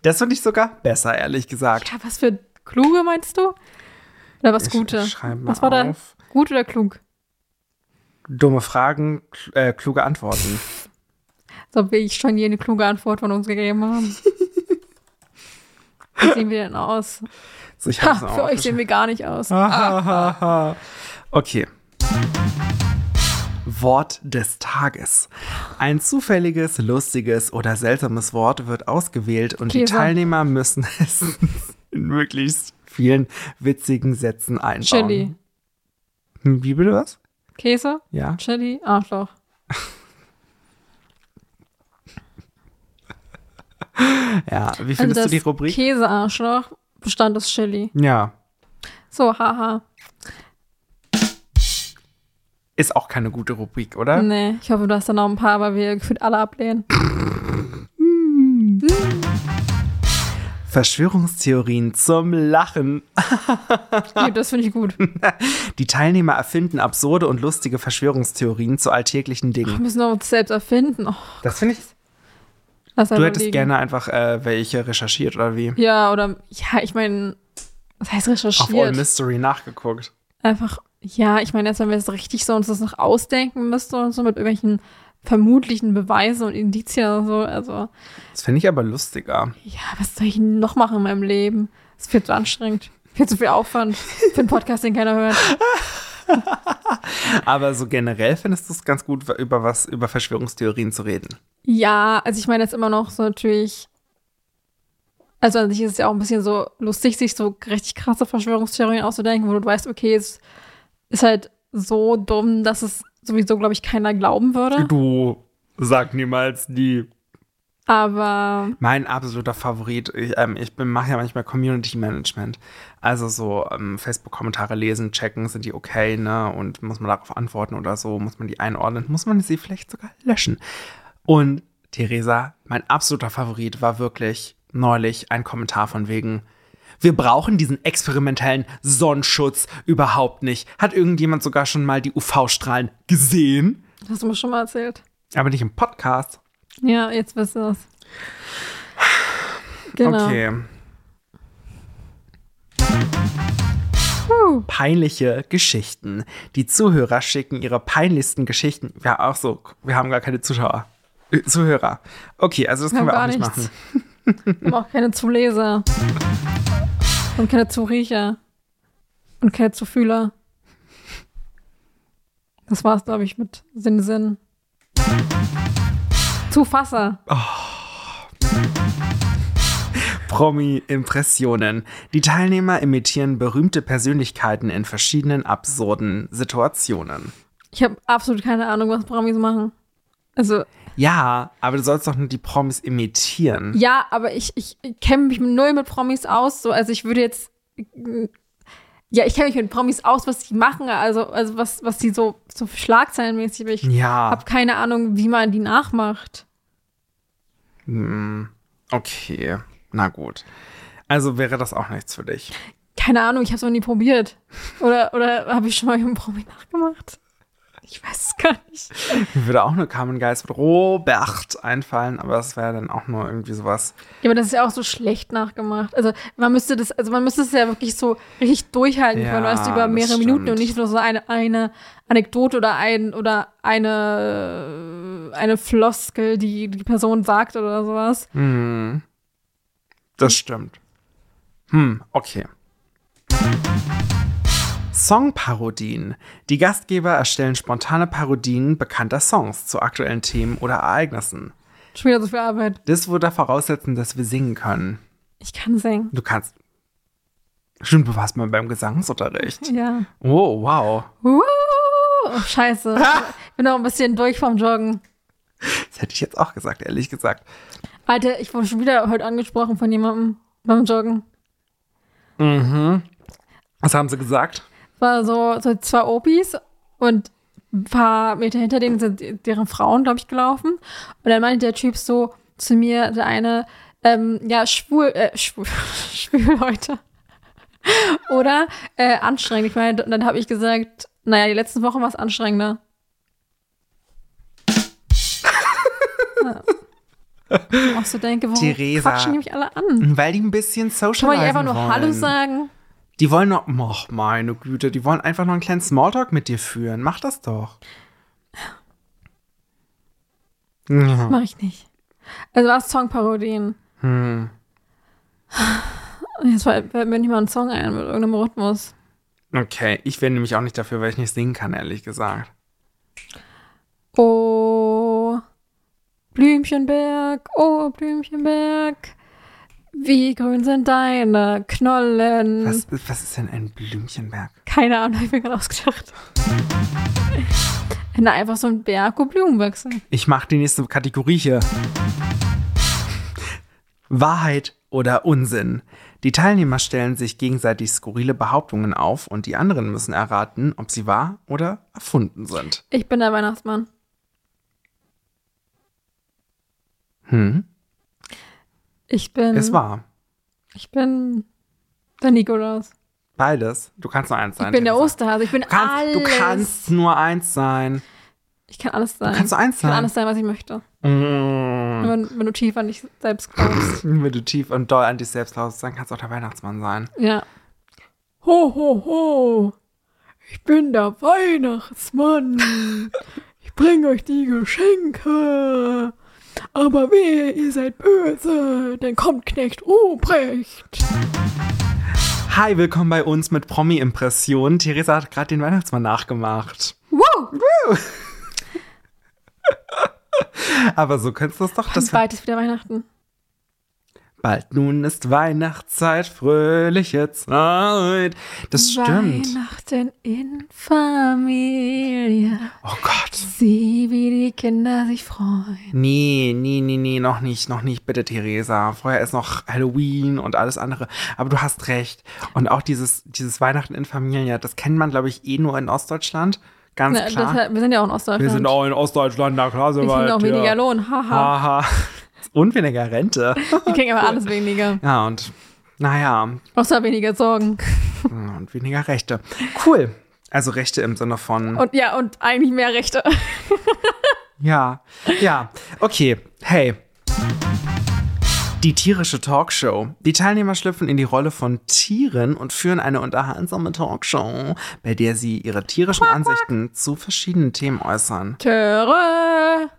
[SPEAKER 1] Das finde ich sogar besser, ehrlich gesagt.
[SPEAKER 2] Ja, was für kluge meinst du? Oder was
[SPEAKER 1] Ich-
[SPEAKER 2] Gute?
[SPEAKER 1] ich schreib mal
[SPEAKER 2] was war
[SPEAKER 1] auf.
[SPEAKER 2] da? Gut oder klug?
[SPEAKER 1] Dumme Fragen, kl- äh, kluge Antworten.
[SPEAKER 2] Als ob wir ich schon jene kluge Antwort von uns
[SPEAKER 1] [LAUGHS]
[SPEAKER 2] gegeben haben. Wie sehen wir denn aus?
[SPEAKER 1] So, ich
[SPEAKER 2] Ha,
[SPEAKER 1] hab's auch
[SPEAKER 2] für euch sehen wir gar nicht aus.
[SPEAKER 1] Ah. Ahahaha. Okay. Wort des Tages. Ein zufälliges, lustiges oder seltsames Wort wird ausgewählt und
[SPEAKER 2] Käse.
[SPEAKER 1] die Teilnehmer müssen [LAUGHS] es in möglichst vielen witzigen Sätzen einbauen.
[SPEAKER 2] Chili.
[SPEAKER 1] Hm, Wie bitte was?
[SPEAKER 2] Käse?
[SPEAKER 1] Ja.
[SPEAKER 2] Chili? Arschloch.
[SPEAKER 1] Ja. Wie findest
[SPEAKER 2] also
[SPEAKER 1] du die
[SPEAKER 2] das
[SPEAKER 1] Rubrik?
[SPEAKER 2] Käse-Arschloch bestand aus Chili.
[SPEAKER 1] ja.
[SPEAKER 2] So, haha.
[SPEAKER 1] Ist auch keine gute Rubrik, oder?
[SPEAKER 2] Nee, ich hoffe, du hast da noch ein paar, aber wir gefühlt alle
[SPEAKER 1] [LAUGHS]
[SPEAKER 2] ablehnen.
[SPEAKER 1] Verschwörungstheorien zum Lachen.
[SPEAKER 2] Nee, das finde ich gut. Wir
[SPEAKER 1] Die Teilnehmer erfinden absurde und lustige Verschwörungstheorien zu alltäglichen Dingen.
[SPEAKER 2] müssen doch uns selbst erfinden. Oh,
[SPEAKER 1] Das finde ich
[SPEAKER 2] lass
[SPEAKER 1] Du
[SPEAKER 2] einfach
[SPEAKER 1] hättest
[SPEAKER 2] liegen.
[SPEAKER 1] gerne einfach äh, welche recherchiert oder wie?
[SPEAKER 2] Ja, oder, ja, ich meine, was heißt
[SPEAKER 1] Auf All
[SPEAKER 2] recherchiert?
[SPEAKER 1] Mystery nachgeguckt.
[SPEAKER 2] Einfach, ja, ich meine, jetzt, wenn wir es richtig so uns das noch ausdenken müssten und so mit irgendwelchen vermutlichen Beweisen und Indizien oder so, also,
[SPEAKER 1] Das finde ich aber lustiger.
[SPEAKER 2] ja, was soll ich denn noch machen in meinem Leben? Das ist viel zu anstrengend. Viel zu viel Aufwand für einen Podcast, den keiner hört.
[SPEAKER 1] Aber so generell findest du es ganz gut, über was, über Verschwörungstheorien zu reden.
[SPEAKER 2] Ja, also ich meine jetzt immer noch so natürlich. Also an sich ist es ja auch ein bisschen so lustig, sich so richtig krasse Verschwörungstheorien auszudenken, wo du weißt, okay, es ist halt so dumm, dass es sowieso, glaube ich, keiner glauben würde.
[SPEAKER 1] Du sag niemals nie.
[SPEAKER 2] Aber
[SPEAKER 1] Mein absoluter Favorit, ich, ähm, ich bin- mache ja manchmal Community Management. Also so ähm, Facebook-Kommentare lesen, checken, sind die okay, ne? Und muss man darauf antworten oder so, muss man die einordnen, muss man sie vielleicht sogar löschen. Und Theresa, mein absoluter Favorit war wirklich neulich ein Kommentar von wegen, wir brauchen diesen experimentellen Sonnenschutz überhaupt nicht. Hat irgendjemand sogar schon mal die UV-Strahlen gesehen?
[SPEAKER 2] hast du mir schon mal erzählt?
[SPEAKER 1] Aber nicht im Podcast.
[SPEAKER 2] Ja, jetzt wirst du das. Genau.
[SPEAKER 1] Okay. Peinliche Geschichten. Die Zuhörer schicken ihre peinlichsten Geschichten. Ja, auch so. Wir haben gar keine Zuschauer. Äh, Zuhörer. Okay, also das
[SPEAKER 2] Wir
[SPEAKER 1] können
[SPEAKER 2] haben
[SPEAKER 1] wir auch
[SPEAKER 2] gar
[SPEAKER 1] nicht
[SPEAKER 2] nichts.
[SPEAKER 1] machen.
[SPEAKER 2] [LAUGHS] Wir haben auch keine Zuleser. Und keine Zuriecher. Und keine Zufühler. Das war's, glaube ich, mit Sinn, Sinn. Zufasser.
[SPEAKER 1] Promi-Impressionen. Die Teilnehmer imitieren berühmte Persönlichkeiten in verschiedenen absurden Situationen.
[SPEAKER 2] Ich habe absolut keine Ahnung, was Promis machen. Also,
[SPEAKER 1] Ja, aber du sollst doch nur die Promis imitieren.
[SPEAKER 2] ja, aber ich, ich kenne mich null mit Promis aus. So, also ich würde jetzt. mm, Ja, ich kenne mich mit Promis aus, was die machen, also, also was, was die so, so schlagzeilenmäßig, aber ich
[SPEAKER 1] Ja.
[SPEAKER 2] habe keine Ahnung, wie man die nachmacht.
[SPEAKER 1] Hm. Okay. Na gut. Also wäre das auch nichts für dich.
[SPEAKER 2] Keine Ahnung, ich habe es noch nie probiert. Oder, oder habe ich schon mal einen Promi nachgemacht? Ich weiß es gar nicht.
[SPEAKER 1] Mir würde auch nur Carmen Geist mit Robert einfallen, aber das wäre dann auch nur irgendwie sowas.
[SPEAKER 2] Ja, aber das ist ja auch so schlecht nachgemacht. Also man müsste das, also man müsste es ja wirklich so richtig durchhalten
[SPEAKER 1] Ja,
[SPEAKER 2] können, weißt du, über
[SPEAKER 1] das
[SPEAKER 2] mehrere Minuten und
[SPEAKER 1] stimmt.
[SPEAKER 2] nicht nur so eine, eine Anekdote oder ein oder eine, eine Floskel, die die Person sagt oder sowas.
[SPEAKER 1] Hm. Das stimmt. Hm, okay. Songparodien. Die Gastgeber erstellen spontane Parodien bekannter Songs zu aktuellen Themen oder Ereignissen.
[SPEAKER 2] Schon wieder so viel Arbeit.
[SPEAKER 1] Das würde voraussetzen, dass wir singen können.
[SPEAKER 2] Ich kann singen.
[SPEAKER 1] Du kannst. Stimmt, du warst mal beim Gesangsunterricht.
[SPEAKER 2] Ja.
[SPEAKER 1] Oh, wow.
[SPEAKER 2] Uh, oh,
[SPEAKER 1] [LAUGHS]
[SPEAKER 2] scheiße. Ich bin auch ein bisschen durch vom Joggen.
[SPEAKER 1] Das hätte ich jetzt auch gesagt, ehrlich gesagt.
[SPEAKER 2] Alter, ich wurde schon wieder heute angesprochen von jemandem beim Joggen.
[SPEAKER 1] Mhm. Was haben sie gesagt?
[SPEAKER 2] War so, so zwei Opis und ein paar Meter hinter denen sind deren Frauen, glaube ich, gelaufen. Und dann meinte der Typ so zu mir, der eine, ähm, ja, schwul, äh, schwul, [LAUGHS] schwul Leute. Oder äh, anstrengend. Ich meine, und dann habe ich gesagt, naja, die letzten Wochen war es anstrengender. ja. Ich auch so denke, warum
[SPEAKER 1] Theresa.
[SPEAKER 2] quatschen die mich alle an?
[SPEAKER 1] Weil die ein bisschen
[SPEAKER 2] Kann
[SPEAKER 1] social
[SPEAKER 2] man nicht einfach nur Hallo sagen?
[SPEAKER 1] Die wollen noch, ach meine Güte, die wollen einfach noch einen kleinen Smalltalk mit dir führen. Mach das doch. Ja.
[SPEAKER 2] Mache ich nicht. Also war es Songparodien.
[SPEAKER 1] Hm.
[SPEAKER 2] Und Jetzt fällt fällt mir nicht mal ein Song ein mit irgendeinem Rhythmus.
[SPEAKER 1] Okay, ich wäre nämlich auch nicht dafür, weil ich nicht singen kann, ehrlich gesagt.
[SPEAKER 2] Oh, Blümchenberg, oh, Blümchenberg, wie grün sind deine Knollen.
[SPEAKER 1] Was, was ist denn ein Blümchenberg?
[SPEAKER 2] Keine Ahnung, hab ich mir gerade ausgedacht. Na, einfach so ein Berg, wo Blumen wachsen.
[SPEAKER 1] Ich mache die nächste Kategorie hier. Wahrheit oder Unsinn. Die Teilnehmer stellen sich gegenseitig skurrile Behauptungen auf und die anderen müssen erraten, ob sie wahr oder erfunden sind.
[SPEAKER 2] Ich bin der Weihnachtsmann.
[SPEAKER 1] Hm?
[SPEAKER 2] Ich bin.
[SPEAKER 1] Es war
[SPEAKER 2] Ich bin der Nikolaus.
[SPEAKER 1] beides. Du kannst nur eins
[SPEAKER 2] Ich
[SPEAKER 1] sein.
[SPEAKER 2] bin der
[SPEAKER 1] Theresa.
[SPEAKER 2] Osterhase. Ich bin
[SPEAKER 1] Du kannst,
[SPEAKER 2] alles.
[SPEAKER 1] du kannst nur eins sein.
[SPEAKER 2] Ich kann alles sein.
[SPEAKER 1] Du kannst nur eins
[SPEAKER 2] ich kann
[SPEAKER 1] sein. Hm.
[SPEAKER 2] alles sein, was ich möchte.
[SPEAKER 1] Mm.
[SPEAKER 2] Wenn, wenn du tiefer nicht
[SPEAKER 1] [CLEARS THROAT]
[SPEAKER 2] selbst glaubst.
[SPEAKER 1] Wenn du tief und doll an dich selbst glaubst, dann kannst du auch der Weihnachtsmann sein.
[SPEAKER 2] Ja. Ho, ho, ho. Ich bin der Weihnachtsmann. Ich bringe euch die Geschenke. Aber wehe, ihr seid böse, denn kommt Knecht Obrecht.
[SPEAKER 1] Hi, willkommen bei uns mit Promi-Impressionen. Theresa hat gerade den Weihnachtsmann nachgemacht.
[SPEAKER 2] Wow!
[SPEAKER 1] Aber so könntest du es doch. Das
[SPEAKER 2] Bald ist wieder Weihnachten.
[SPEAKER 1] Bald nun ist Weihnachtszeit, fröhliche Zeit. Das stimmt.
[SPEAKER 2] Weihnachten in Familie.
[SPEAKER 1] Oh Gott.
[SPEAKER 2] Sieh, wie die Kinder sich freuen.
[SPEAKER 1] Nee, nee, nee, nee, noch nicht, noch nicht, bitte, Theresa. Vorher ist noch Halloween und alles andere. Aber du hast recht. Und auch dieses, dieses Weihnachten in Familien, ja, das kennt man, glaube ich, eh nur in Ostdeutschland. Ganz
[SPEAKER 2] Na,
[SPEAKER 1] klar.
[SPEAKER 2] deshalb- wir sind ja auch in Ostdeutschland.
[SPEAKER 1] Wir sind auch in Ostdeutschland, na klar sind
[SPEAKER 2] Wir
[SPEAKER 1] wir.
[SPEAKER 2] kriegen
[SPEAKER 1] halt,
[SPEAKER 2] auch weniger
[SPEAKER 1] ja.
[SPEAKER 2] Lohn. Haha.
[SPEAKER 1] Haha. [LAUGHS] Und weniger Rente.
[SPEAKER 2] Wir kriegen aber alles weniger.
[SPEAKER 1] Ja, und naja,
[SPEAKER 2] Außer weniger Sorgen.
[SPEAKER 1] und weniger Rechte. Cool. Also Rechte im Sinne von.
[SPEAKER 2] Und ja, und eigentlich mehr Rechte.
[SPEAKER 1] Ja, ja. Okay, hey. Die tierische Talkshow. Die Teilnehmer schlüpfen in die Rolle von Tieren und führen eine unterhaltsame Talkshow, bei der sie ihre tierischen Ansichten zu verschiedenen Themen äußern.
[SPEAKER 2] Töre.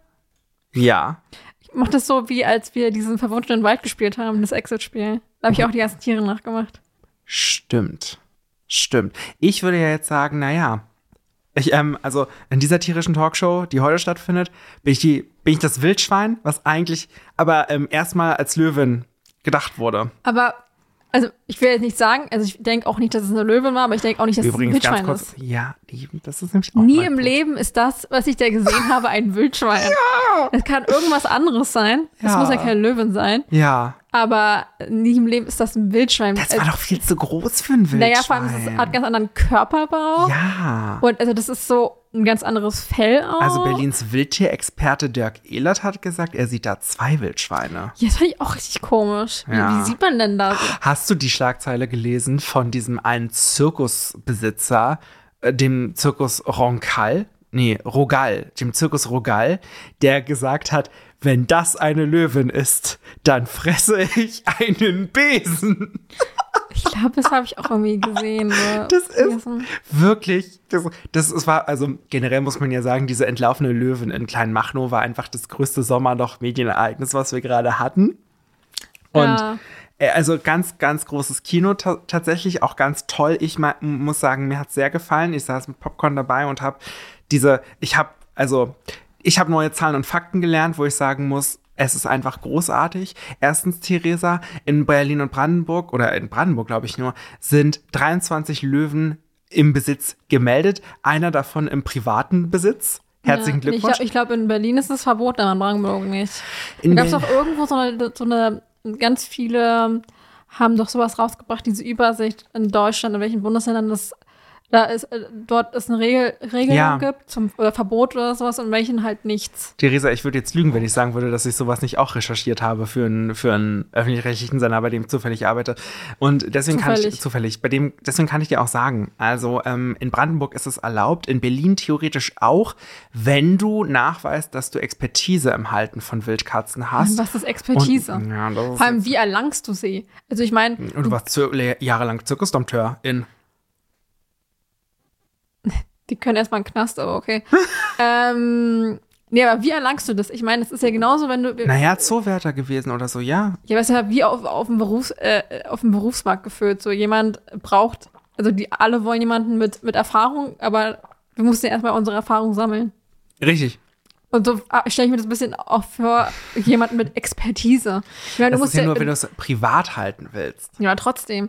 [SPEAKER 1] Ja.
[SPEAKER 2] Ich mach das so, wie als wir diesen verwundeten Wald gespielt haben, das Exit-Spiel. Da habe ich auch die ganzen Tiere nachgemacht.
[SPEAKER 1] Stimmt. Stimmt. Ich würde ja jetzt sagen, naja, ich, ähm, also in dieser tierischen Talkshow, die heute stattfindet, bin ich, die, bin ich das Wildschwein, was eigentlich aber ähm, erstmal als Löwin gedacht wurde.
[SPEAKER 2] Aber, also, ich will jetzt nicht sagen, also ich denke auch nicht, dass es eine Löwin war, aber ich denke auch nicht, dass
[SPEAKER 1] Übrigens
[SPEAKER 2] es
[SPEAKER 1] ganz
[SPEAKER 2] ein Wildschwein
[SPEAKER 1] kurz.
[SPEAKER 2] ist.
[SPEAKER 1] Ja, lieben, das ist nämlich auch
[SPEAKER 2] Nie
[SPEAKER 1] mein
[SPEAKER 2] im
[SPEAKER 1] Punkt.
[SPEAKER 2] Leben ist das, was ich da gesehen habe, ein Wildschwein. Es kann irgendwas anderes sein. Es
[SPEAKER 1] Ja.
[SPEAKER 2] muss ja keine Löwin sein.
[SPEAKER 1] Ja, Äh,
[SPEAKER 2] Aber nie im Leben ist das ein Wildschwein.
[SPEAKER 1] das war doch viel zu groß für ein Wildschwein.
[SPEAKER 2] naja, vor allem, es ist- hat einen ganz anderen Körperbau.
[SPEAKER 1] ja.
[SPEAKER 2] Und also das ist so ein ganz anderes Fell auch.
[SPEAKER 1] Also Berlins Wildtierexperte Dirk Ehlert hat gesagt, er sieht da zwei Wildschweine.
[SPEAKER 2] Ja, das fand ich auch richtig komisch. Wie,
[SPEAKER 1] Ja.
[SPEAKER 2] wie sieht man denn das?
[SPEAKER 1] Hast du die Schlagzeile gelesen von diesem einen Zirkusbesitzer, äh, dem Zirkus Roncal? Nee, Rogal, dem Zirkus Rogal, der gesagt hat, wenn das eine Löwin ist, dann fresse ich einen Besen.
[SPEAKER 2] Ich glaube, das habe ich auch irgendwie gesehen. So.
[SPEAKER 1] Das ist wirklich, das, das ist, war, also generell muss man ja sagen, diese entlaufene Löwin in Kleinmachnow war einfach das größte Sommerloch-Medienereignis, was wir gerade hatten. Und
[SPEAKER 2] Ja.
[SPEAKER 1] Äh, Also ganz, ganz großes Kino ta tatsächlich, auch ganz toll. Ich ma- muss sagen, mir hat es sehr gefallen. Ich saß mit Popcorn dabei und habe diese, ich habe, also ich habe neue Zahlen und Fakten gelernt, wo ich sagen muss, es ist einfach großartig. Erstens, Theresa, in Berlin und Brandenburg, oder in Brandenburg glaube ich nur, sind 23 Löwen im Besitz gemeldet, einer davon im privaten Besitz. Herzlichen
[SPEAKER 2] Ja,
[SPEAKER 1] Glückwunsch.
[SPEAKER 2] Ich glaube, glaub, in Berlin ist es verboten, aber in Brandenburg nicht. Da
[SPEAKER 1] In
[SPEAKER 2] gab es
[SPEAKER 1] Berlin-
[SPEAKER 2] doch irgendwo so eine, so eine, ganz viele haben doch sowas rausgebracht, diese Übersicht in Deutschland, in welchen Bundesländern das, da ist, äh, dort es eine Regel, Regelung
[SPEAKER 1] Ja.
[SPEAKER 2] gibt, zum oder Verbot oder sowas, in welchen halt nichts.
[SPEAKER 1] Theresa, ich würde jetzt lügen, wenn ich sagen würde, dass ich sowas nicht auch recherchiert habe für einen, für einen öffentlich-rechtlichen Sender, bei dem ich zufällig arbeite. Und deswegen kann ich
[SPEAKER 2] Zufällig.
[SPEAKER 1] zufällig, bei dem, deswegen kann ich dir auch sagen, also ähm, in Brandenburg ist es erlaubt, in Berlin theoretisch auch, wenn du nachweist, dass du Expertise im Halten von Wildkatzen hast.
[SPEAKER 2] Was ist Expertise?
[SPEAKER 1] Und, Hm. ja, das ist
[SPEAKER 2] Vor allem, wie erlangst du sie? Also ich meine,
[SPEAKER 1] und du warst zir- le- jahrelang Zirkusdompteur in.
[SPEAKER 2] Die können erstmal einen Knast, aber okay.
[SPEAKER 1] [LAUGHS]
[SPEAKER 2] ähm, nee, aber wie erlangst du das? Ich meine, es ist ja genauso, wenn du.
[SPEAKER 1] Naja, Zoowärter gewesen oder so, ja.
[SPEAKER 2] Ja, weißt du, wie auf, auf, dem Berufs, äh, auf dem Berufsmarkt geführt. So jemand braucht, also die alle wollen jemanden mit, mit Erfahrung, aber wir mussten ja erstmal unsere Erfahrung sammeln.
[SPEAKER 1] Richtig.
[SPEAKER 2] Und so ah, stelle ich mir das ein bisschen auch vor, jemanden mit Expertise. Ich meine, du
[SPEAKER 1] Das
[SPEAKER 2] musst
[SPEAKER 1] ist ja
[SPEAKER 2] ja.
[SPEAKER 1] nur, wenn du es privat halten willst.
[SPEAKER 2] ja, trotzdem.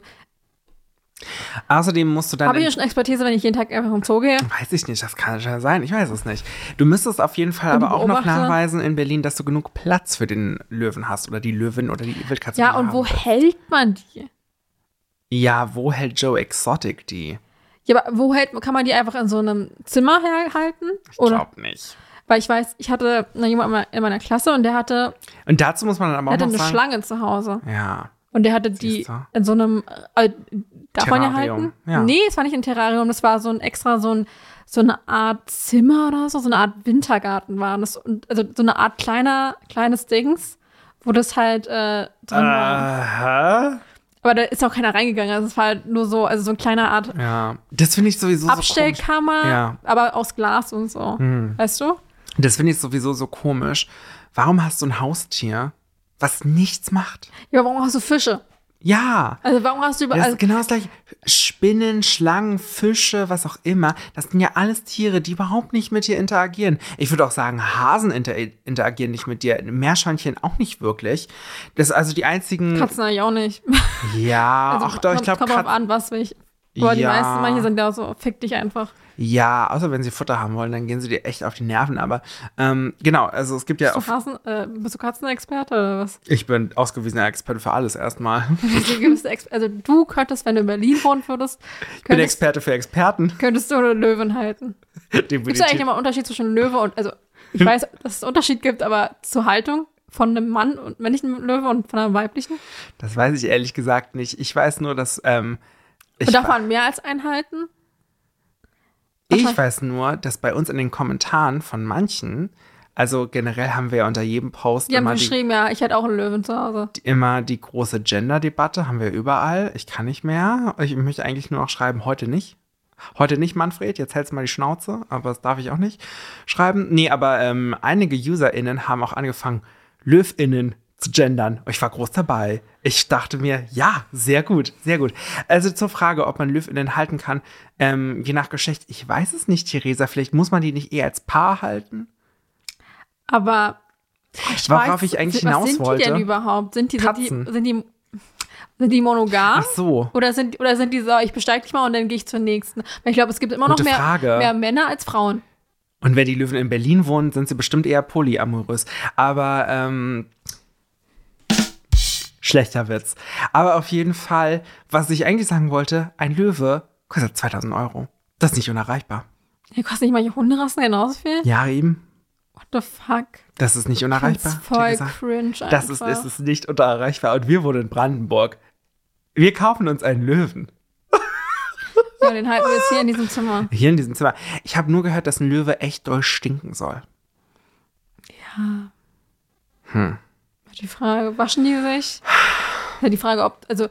[SPEAKER 1] Außerdem musst du dann
[SPEAKER 2] Habe ich
[SPEAKER 1] in-
[SPEAKER 2] ja schon Expertise, wenn ich jeden Tag einfach im Zoo gehe?
[SPEAKER 1] Weiß ich nicht, das kann schon sein, ich weiß es nicht. Du müsstest auf jeden Fall
[SPEAKER 2] Und
[SPEAKER 1] aber auch noch
[SPEAKER 2] Beobachter?
[SPEAKER 1] nachweisen in Berlin, dass du genug Platz für den Löwen hast oder die Löwin oder die Wildkatze. die
[SPEAKER 2] Ja,
[SPEAKER 1] du
[SPEAKER 2] und
[SPEAKER 1] haben
[SPEAKER 2] wo
[SPEAKER 1] willst.
[SPEAKER 2] hält man die?
[SPEAKER 1] Ja, wo hält Joe Exotic die?
[SPEAKER 2] Ja, aber wo hält, kann man die einfach in so einem Zimmer herhalten?
[SPEAKER 1] Ich
[SPEAKER 2] Oder
[SPEAKER 1] glaub nicht.
[SPEAKER 2] Weil ich weiß, ich hatte noch jemanden in meiner Klasse und der hatte,
[SPEAKER 1] Und dazu muss man dann aber
[SPEAKER 2] der
[SPEAKER 1] auch
[SPEAKER 2] hatte
[SPEAKER 1] noch
[SPEAKER 2] eine
[SPEAKER 1] sagen.
[SPEAKER 2] Schlange zu Hause.
[SPEAKER 1] Ja.
[SPEAKER 2] Und der hatte die
[SPEAKER 1] Siehst du?
[SPEAKER 2] in so einem, äh, darf man ja
[SPEAKER 1] Terrarium,
[SPEAKER 2] halten?
[SPEAKER 1] ja.
[SPEAKER 2] Nee, es war nicht ein Terrarium, das war so ein extra, so ein, so eine Art Zimmer oder so, so eine Art Wintergarten war das. Und, also so eine Art kleiner, kleines Dings, wo das halt äh, drin war.
[SPEAKER 1] Aha.
[SPEAKER 2] Aber da ist auch keiner reingegangen, also es war halt nur so, also so eine kleine Art
[SPEAKER 1] Ja. Das finde ich sowieso so komisch.
[SPEAKER 2] Abstellkammer,
[SPEAKER 1] Ja. Mhm.
[SPEAKER 2] aber aus Glas und so. Weißt du?
[SPEAKER 1] Das finde ich sowieso so komisch. Warum hast du ein Haustier, was nichts macht?
[SPEAKER 2] Ja, warum hast du Fische?
[SPEAKER 1] Ja.
[SPEAKER 2] Also warum hast du überall,
[SPEAKER 1] Das ist genau das gleiche. Spinnen, Schlangen, Fische, was auch immer. Das sind ja alles Tiere, die überhaupt nicht mit dir interagieren. Ich würde auch sagen, Hasen inter interagieren nicht mit dir. Meerschweinchen auch nicht wirklich. Das sind also die einzigen.
[SPEAKER 2] Katzen eigentlich auch nicht.
[SPEAKER 1] Ja,
[SPEAKER 2] Also,
[SPEAKER 1] Ah, ach doch, ich
[SPEAKER 2] kommt-
[SPEAKER 1] glaube,
[SPEAKER 2] kommt drauf
[SPEAKER 1] Katzen.
[SPEAKER 2] an, was will ich. Aber die
[SPEAKER 1] Ja.
[SPEAKER 2] meisten, manche sind ja so, fick dich einfach.
[SPEAKER 1] Ja, außer wenn sie Futter haben wollen, dann gehen sie dir echt auf die Nerven. Aber ähm, genau, also es gibt ja.
[SPEAKER 2] Bist
[SPEAKER 1] Auf,
[SPEAKER 2] du, Katzen, äh, bist du Katzenexperte oder was? [LAUGHS]
[SPEAKER 1] ich bin ausgewiesener Experte für alles erstmal.
[SPEAKER 2] Bist du gewisse Ex- also du könntest, wenn du in Berlin wohnen würdest,
[SPEAKER 1] Ich bin
[SPEAKER 2] könntest,
[SPEAKER 1] Experte für Experten.
[SPEAKER 2] könntest du eine Löwin halten. Gibt es eigentlich
[SPEAKER 1] Definitiv.
[SPEAKER 2] immer einen Unterschied zwischen Löwe und, also ich
[SPEAKER 1] Hm.
[SPEAKER 2] weiß, dass es einen Unterschied gibt, aber zur Haltung von einem Mann und männlichen Löwe und von einem weiblichen?
[SPEAKER 1] Das weiß ich ehrlich gesagt nicht. Ich weiß nur, dass. Ähm, ich
[SPEAKER 2] Und darf
[SPEAKER 1] wa-
[SPEAKER 2] man mehr als einen halten?
[SPEAKER 1] Ich
[SPEAKER 2] Aha.
[SPEAKER 1] weiß nur, dass bei uns in den Kommentaren von manchen, also generell haben wir ja unter jedem Post
[SPEAKER 2] Die haben
[SPEAKER 1] immer die,
[SPEAKER 2] geschrieben, ja, ich hätte auch einen Löwen zu Hause.
[SPEAKER 1] immer die große Gender-Debatte, haben wir überall. Ich kann nicht mehr. Ich möchte eigentlich nur noch schreiben, heute nicht. Heute nicht, Manfred, jetzt hältst du mal die Schnauze, aber das darf ich auch nicht schreiben. Nee, aber ähm, einige UserInnen haben auch angefangen, LöwInnen zu gendern. Ich war groß dabei. Ich dachte mir, ja, sehr gut, sehr gut. Also zur Frage, ob man LöwInnen halten kann, ähm, je nach Geschlecht, ich weiß es nicht, Theresa, vielleicht muss man die nicht eher als Paar halten?
[SPEAKER 2] Aber ich
[SPEAKER 1] Worauf
[SPEAKER 2] weiß,
[SPEAKER 1] ich eigentlich
[SPEAKER 2] was
[SPEAKER 1] hinaus
[SPEAKER 2] sind
[SPEAKER 1] wollte?
[SPEAKER 2] die denn überhaupt? Sind die, sind die,
[SPEAKER 1] Katzen.
[SPEAKER 2] sind die, sind die monogam?
[SPEAKER 1] Ach so.
[SPEAKER 2] Oder sind, oder sind die so, ich besteig dich mal und dann gehe ich zur nächsten? Weil ich glaube, es gibt immer noch
[SPEAKER 1] Gute
[SPEAKER 2] mehr,
[SPEAKER 1] Frage.
[SPEAKER 2] mehr Männer als Frauen.
[SPEAKER 1] Und wenn die Löwen in Berlin wohnen, sind sie bestimmt eher polyamorös. Aber ähm, schlechter Witz. Aber auf jeden Fall, was ich eigentlich sagen wollte, ein Löwe kostet 2000 Euro. Das ist nicht unerreichbar.
[SPEAKER 2] Ja, kosten nicht mal die Hunderassen genauso viel?
[SPEAKER 1] Ja, eben.
[SPEAKER 2] What the fuck?
[SPEAKER 1] Das ist nicht
[SPEAKER 2] Das
[SPEAKER 1] unerreichbar.
[SPEAKER 2] ist voll
[SPEAKER 1] Theresa.
[SPEAKER 2] cringe einfach.
[SPEAKER 1] das ist, ist es nicht unerreichbar. Und wir wohnen in Brandenburg. Wir kaufen uns einen Löwen.
[SPEAKER 2] Ja, den halten wir jetzt hier in diesem Zimmer.
[SPEAKER 1] Hier in diesem Zimmer. Ich habe nur gehört, dass ein Löwe echt doll stinken soll. Hm.
[SPEAKER 2] Die Frage, waschen die sich? Ja, die Frage, ob, also,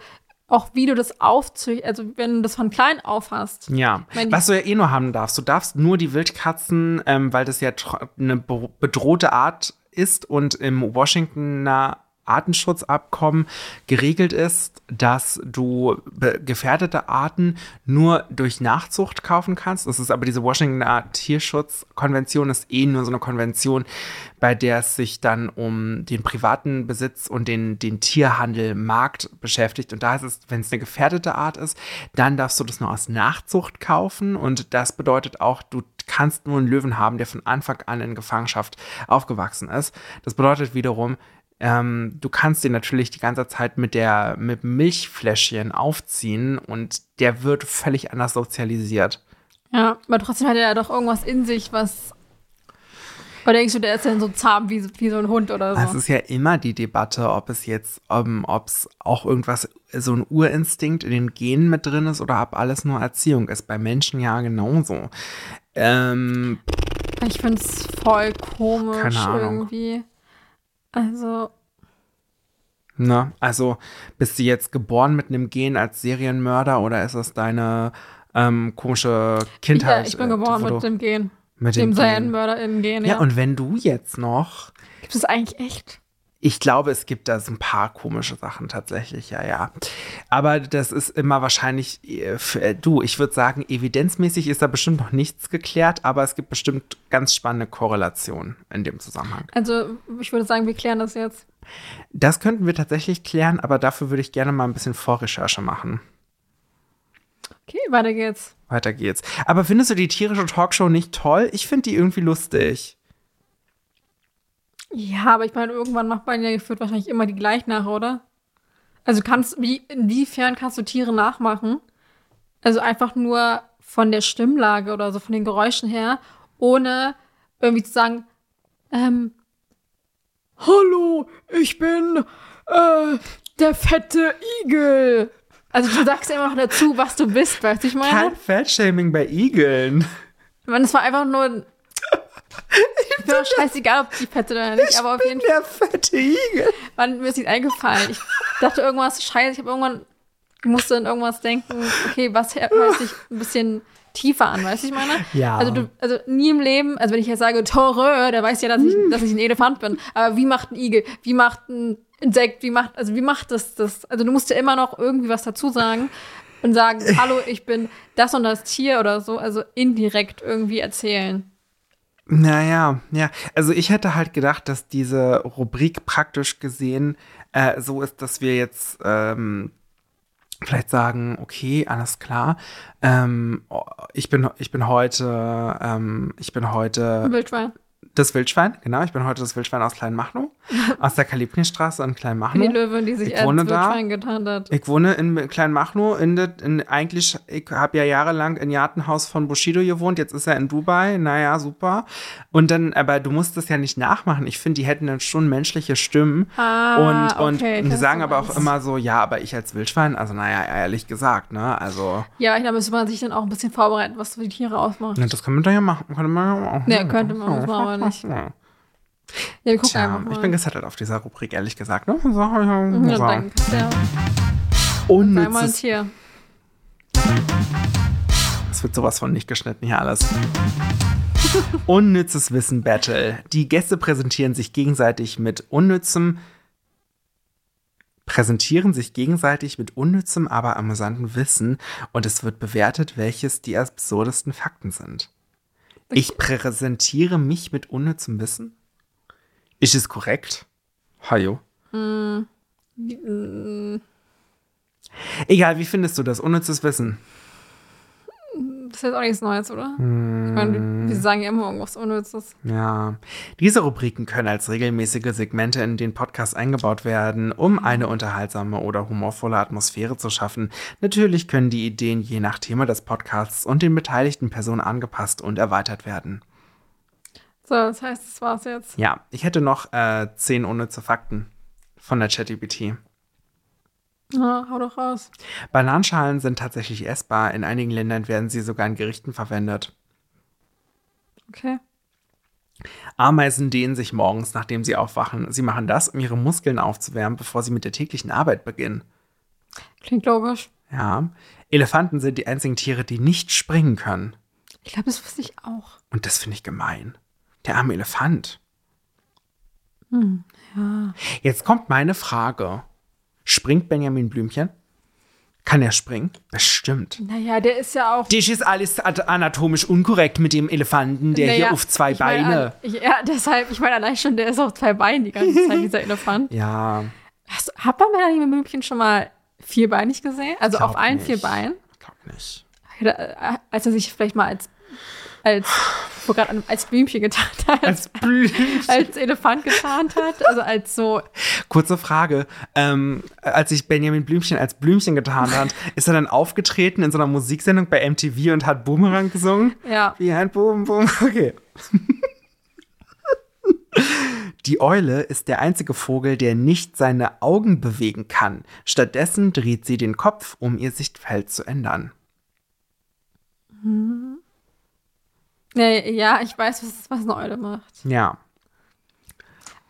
[SPEAKER 2] auch wie du das aufzüchtest, also, wenn du das von klein auf hast.
[SPEAKER 1] Ja,
[SPEAKER 2] Wenn die-
[SPEAKER 1] was du ja eh nur haben darfst. Du darfst nur die Wildkatzen, ähm, weil das ja tro- eine be- bedrohte Art ist und im Washingtoner Artenschutzabkommen geregelt ist, dass du be- gefährdete Arten nur durch Nachzucht kaufen kannst. Das ist aber diese Washingtoner Tierschutzkonvention ist eh nur so eine Konvention, bei der es sich dann um den privaten Besitz und den, den Tierhandelmarkt beschäftigt. Und da ist es, wenn es eine gefährdete Art ist, dann darfst du das nur aus Nachzucht kaufen. Und das bedeutet auch, du kannst nur einen Löwen haben, der von Anfang an in Gefangenschaft aufgewachsen ist. Das bedeutet wiederum, ähm, du kannst den natürlich die ganze Zeit mit der mit Milchfläschchen aufziehen und der wird völlig anders sozialisiert.
[SPEAKER 2] Ja, aber trotzdem hat er ja doch irgendwas in sich, was. Oder denkst du, der ist dann so zahm wie, wie so ein Hund oder so?
[SPEAKER 1] Also Es ist ja immer die Debatte, ob es jetzt, ähm, ob es auch irgendwas, so ein Urinstinkt in den Genen mit drin ist oder ob alles nur Erziehung ist. Bei Menschen ja genauso. Ähm,
[SPEAKER 2] ich find's voll komisch
[SPEAKER 1] Keine Ahnung.
[SPEAKER 2] irgendwie. Also,
[SPEAKER 1] Ne? Also bist du jetzt geboren mit einem Gen als Serienmörder oder ist es deine ähm, komische
[SPEAKER 2] ja,
[SPEAKER 1] Kindheit?
[SPEAKER 2] ich bin
[SPEAKER 1] äh,
[SPEAKER 2] geboren
[SPEAKER 1] wo
[SPEAKER 2] mit
[SPEAKER 1] du-
[SPEAKER 2] dem Gen.
[SPEAKER 1] mit
[SPEAKER 2] Dem
[SPEAKER 1] dem Gen.
[SPEAKER 2] Serienmörder-Innen-Gen,
[SPEAKER 1] Ja,
[SPEAKER 2] ja.
[SPEAKER 1] und wenn du jetzt noch,
[SPEAKER 2] Gibt es eigentlich echt?
[SPEAKER 1] ich glaube, es gibt da so ein paar komische Sachen tatsächlich, ja, ja. Aber das ist immer wahrscheinlich, äh, f- äh, du, ich würde sagen, evidenzmäßig ist da bestimmt noch nichts geklärt, aber es gibt bestimmt ganz spannende Korrelationen in dem Zusammenhang.
[SPEAKER 2] Also, ich würde sagen, wir klären das jetzt.
[SPEAKER 1] Das könnten wir tatsächlich klären, aber dafür würde ich gerne mal ein bisschen Vorrecherche machen.
[SPEAKER 2] Okay, weiter geht's.
[SPEAKER 1] Weiter geht's. Aber findest du die tierische Talkshow nicht toll? Ich finde die irgendwie lustig.
[SPEAKER 2] Ja, aber ich meine, irgendwann macht man ja gefühlt wahrscheinlich immer die gleich nach, oder? Also kannst, wie, inwiefern kannst du Tiere nachmachen? Also einfach nur von der Stimmlage oder so, von den Geräuschen her, ohne irgendwie zu sagen, ähm, Hallo, ich bin äh, der fette Igel. Also du sagst ja immer noch dazu, was du bist, weißt du, ich meine?
[SPEAKER 1] Kein Fettshaming bei Igeln.
[SPEAKER 2] Ich meine, es war einfach nur ein. Mir war scheißegal, ob die fette oder nicht, aber auf jeden Fall
[SPEAKER 1] Der fette Igel.
[SPEAKER 2] wann mir ist nicht eingefallen. Ich dachte irgendwas, scheiße, ich habe irgendwann, ich musste an irgendwas denken, okay, was her- hört sich ein bisschen tiefer an, weißt du, ich meine?
[SPEAKER 1] Ja.
[SPEAKER 2] Also, du, also nie im Leben, also wenn ich jetzt sage Tore, da weiß ich ja, dass ich, dass ich ein Elefant bin. Aber wie macht ein Igel, wie macht ein Insekt, wie macht, also wie macht das das? Also du musst ja immer noch irgendwie was dazu sagen und sagen, hallo, ich bin das und das Tier oder so, also indirekt irgendwie erzählen.
[SPEAKER 1] Naja, ja. Also ich hätte halt gedacht, dass diese Rubrik praktisch gesehen äh, so ist, dass wir jetzt ähm, vielleicht sagen, okay, alles klar. Ähm, oh, ich bin, ich bin heute, ähm, ich bin heute
[SPEAKER 2] Wildschwein.
[SPEAKER 1] das Wildschwein. Genau, ich bin heute das Wildschwein aus Kleinmachnow, aus der Kalibnerstraße in
[SPEAKER 2] Die
[SPEAKER 1] Kleinmachnow.
[SPEAKER 2] Löwin, die sich
[SPEAKER 1] Ich
[SPEAKER 2] als
[SPEAKER 1] wohne ne? da.
[SPEAKER 2] Wildschwein getarnt hat.
[SPEAKER 1] Ich wohne in Kleinmachnow, in, det- in eigentlich, ich habe ja jahrelang in Jartenhaus von Bushido gewohnt, jetzt ist er in Dubai, naja, super. Und dann, aber du musst das ja nicht nachmachen. Ich finde, die hätten dann schon menschliche Stimmen.
[SPEAKER 2] Ah,
[SPEAKER 1] und und
[SPEAKER 2] okay, ich weiß,
[SPEAKER 1] die
[SPEAKER 2] was
[SPEAKER 1] sagen
[SPEAKER 2] du
[SPEAKER 1] aber auch
[SPEAKER 2] meinst.
[SPEAKER 1] immer so, ja, aber ich als Wildschwein, also naja, ehrlich gesagt, ne? Also,
[SPEAKER 2] Ja, ich glaube, müsste man sich dann auch ein bisschen vorbereiten, was für die Tiere ausmacht.
[SPEAKER 1] ne, das können wir doch ja machen. Könnte man ja auch.
[SPEAKER 2] Nee, könnte man, muss man aber
[SPEAKER 1] [LAUGHS]
[SPEAKER 2] nicht.
[SPEAKER 1] Ja.
[SPEAKER 2] Ja, wir gucken
[SPEAKER 1] Tja,
[SPEAKER 2] einfach mal.
[SPEAKER 1] ich bin gesettelt auf dieser Rubrik, ehrlich gesagt. Ne? So,
[SPEAKER 2] ja,
[SPEAKER 1] ja,
[SPEAKER 2] danke. Ja,
[SPEAKER 1] Hm,
[SPEAKER 2] sei mal ein
[SPEAKER 1] Unnützes
[SPEAKER 2] Tier.
[SPEAKER 1] Es wird sowas von nicht geschnitten hier alles. Unnützes Wissen Battle. Die Gäste präsentieren sich gegenseitig mit unnützem. Präsentieren sich gegenseitig mit unnützem, aber amüsanten Wissen und es wird bewertet, welches die absurdesten Fakten sind. Ich präsentiere mich mit unnützem Wissen? Ist es korrekt? Hajo.
[SPEAKER 2] Mm,
[SPEAKER 1] Egal, wie findest du das? Unnützes Wissen.
[SPEAKER 2] Das ist jetzt auch nichts Neues, oder? Ich
[SPEAKER 1] Hm.
[SPEAKER 2] meine, wir sagen ja immer irgendwas Unnützes.
[SPEAKER 1] Ja, diese Rubriken können als regelmäßige Segmente in den Podcast eingebaut werden, um eine unterhaltsame oder humorvolle Atmosphäre zu schaffen. Natürlich können die Ideen je nach Thema des Podcasts und den beteiligten Personen angepasst und erweitert werden.
[SPEAKER 2] So, das heißt, das war's jetzt.
[SPEAKER 1] Ja, ich hätte noch äh, zehn unnütze Fakten von der ChatGPT.
[SPEAKER 2] Na, hau doch raus.
[SPEAKER 1] Bananenschalen sind tatsächlich essbar. In einigen Ländern werden sie sogar in Gerichten verwendet.
[SPEAKER 2] Okay.
[SPEAKER 1] Ameisen dehnen sich morgens, nachdem sie aufwachen. Sie machen das, um ihre Muskeln aufzuwärmen, bevor sie mit der täglichen Arbeit beginnen.
[SPEAKER 2] Klingt logisch.
[SPEAKER 1] Ja. Elefanten sind die einzigen Tiere, die nicht springen können.
[SPEAKER 2] Ich glaube, das wusste ich auch.
[SPEAKER 1] Und das finde ich gemein. Der arme Elefant.
[SPEAKER 2] Hm, Ja.
[SPEAKER 1] Jetzt kommt meine Frage. Springt Benjamin Blümchen? Kann er springen? Bestimmt.
[SPEAKER 2] Naja, der ist ja auch.
[SPEAKER 1] Dich ist alles at- anatomisch unkorrekt mit dem Elefanten, der
[SPEAKER 2] naja,
[SPEAKER 1] hier auf zwei
[SPEAKER 2] ich meine,
[SPEAKER 1] Beine.
[SPEAKER 2] an- ich, ja, deshalb, ich meine, allein schon, der ist auf zwei Beinen die ganze Zeit,
[SPEAKER 1] [LAUGHS]
[SPEAKER 2] dieser Elefant.
[SPEAKER 1] Ja,
[SPEAKER 2] Hast, hat man Benjamin Blümchen schon mal vierbeinig gesehen? Also
[SPEAKER 1] glaub
[SPEAKER 2] auf allen
[SPEAKER 1] nicht.
[SPEAKER 2] vier Beinen?
[SPEAKER 1] glaub nicht.
[SPEAKER 2] Oder, äh, Als er sich vielleicht mal als, als, ich wollte gerade an- als Blümchen getarnt hat,
[SPEAKER 1] Als
[SPEAKER 2] als, [LAUGHS]
[SPEAKER 1] Blümchen.
[SPEAKER 2] Elefant getarnt hat, also als so,
[SPEAKER 1] Kurze Frage. Ähm, als sich Benjamin Blümchen als Blümchen getan [LAUGHS] hat, ist er dann aufgetreten in so einer Musiksendung bei MTV und hat Boomerang gesungen?
[SPEAKER 2] ja.
[SPEAKER 1] Wie ein Boom, Boom. [LAUGHS] Okay. Die Eule ist der einzige Vogel, der nicht seine Augen bewegen kann. Stattdessen dreht sie den Kopf, um ihr Sichtfeld zu ändern.
[SPEAKER 2] Ja, ja, ich weiß, was, was eine Eule macht.
[SPEAKER 1] Ja.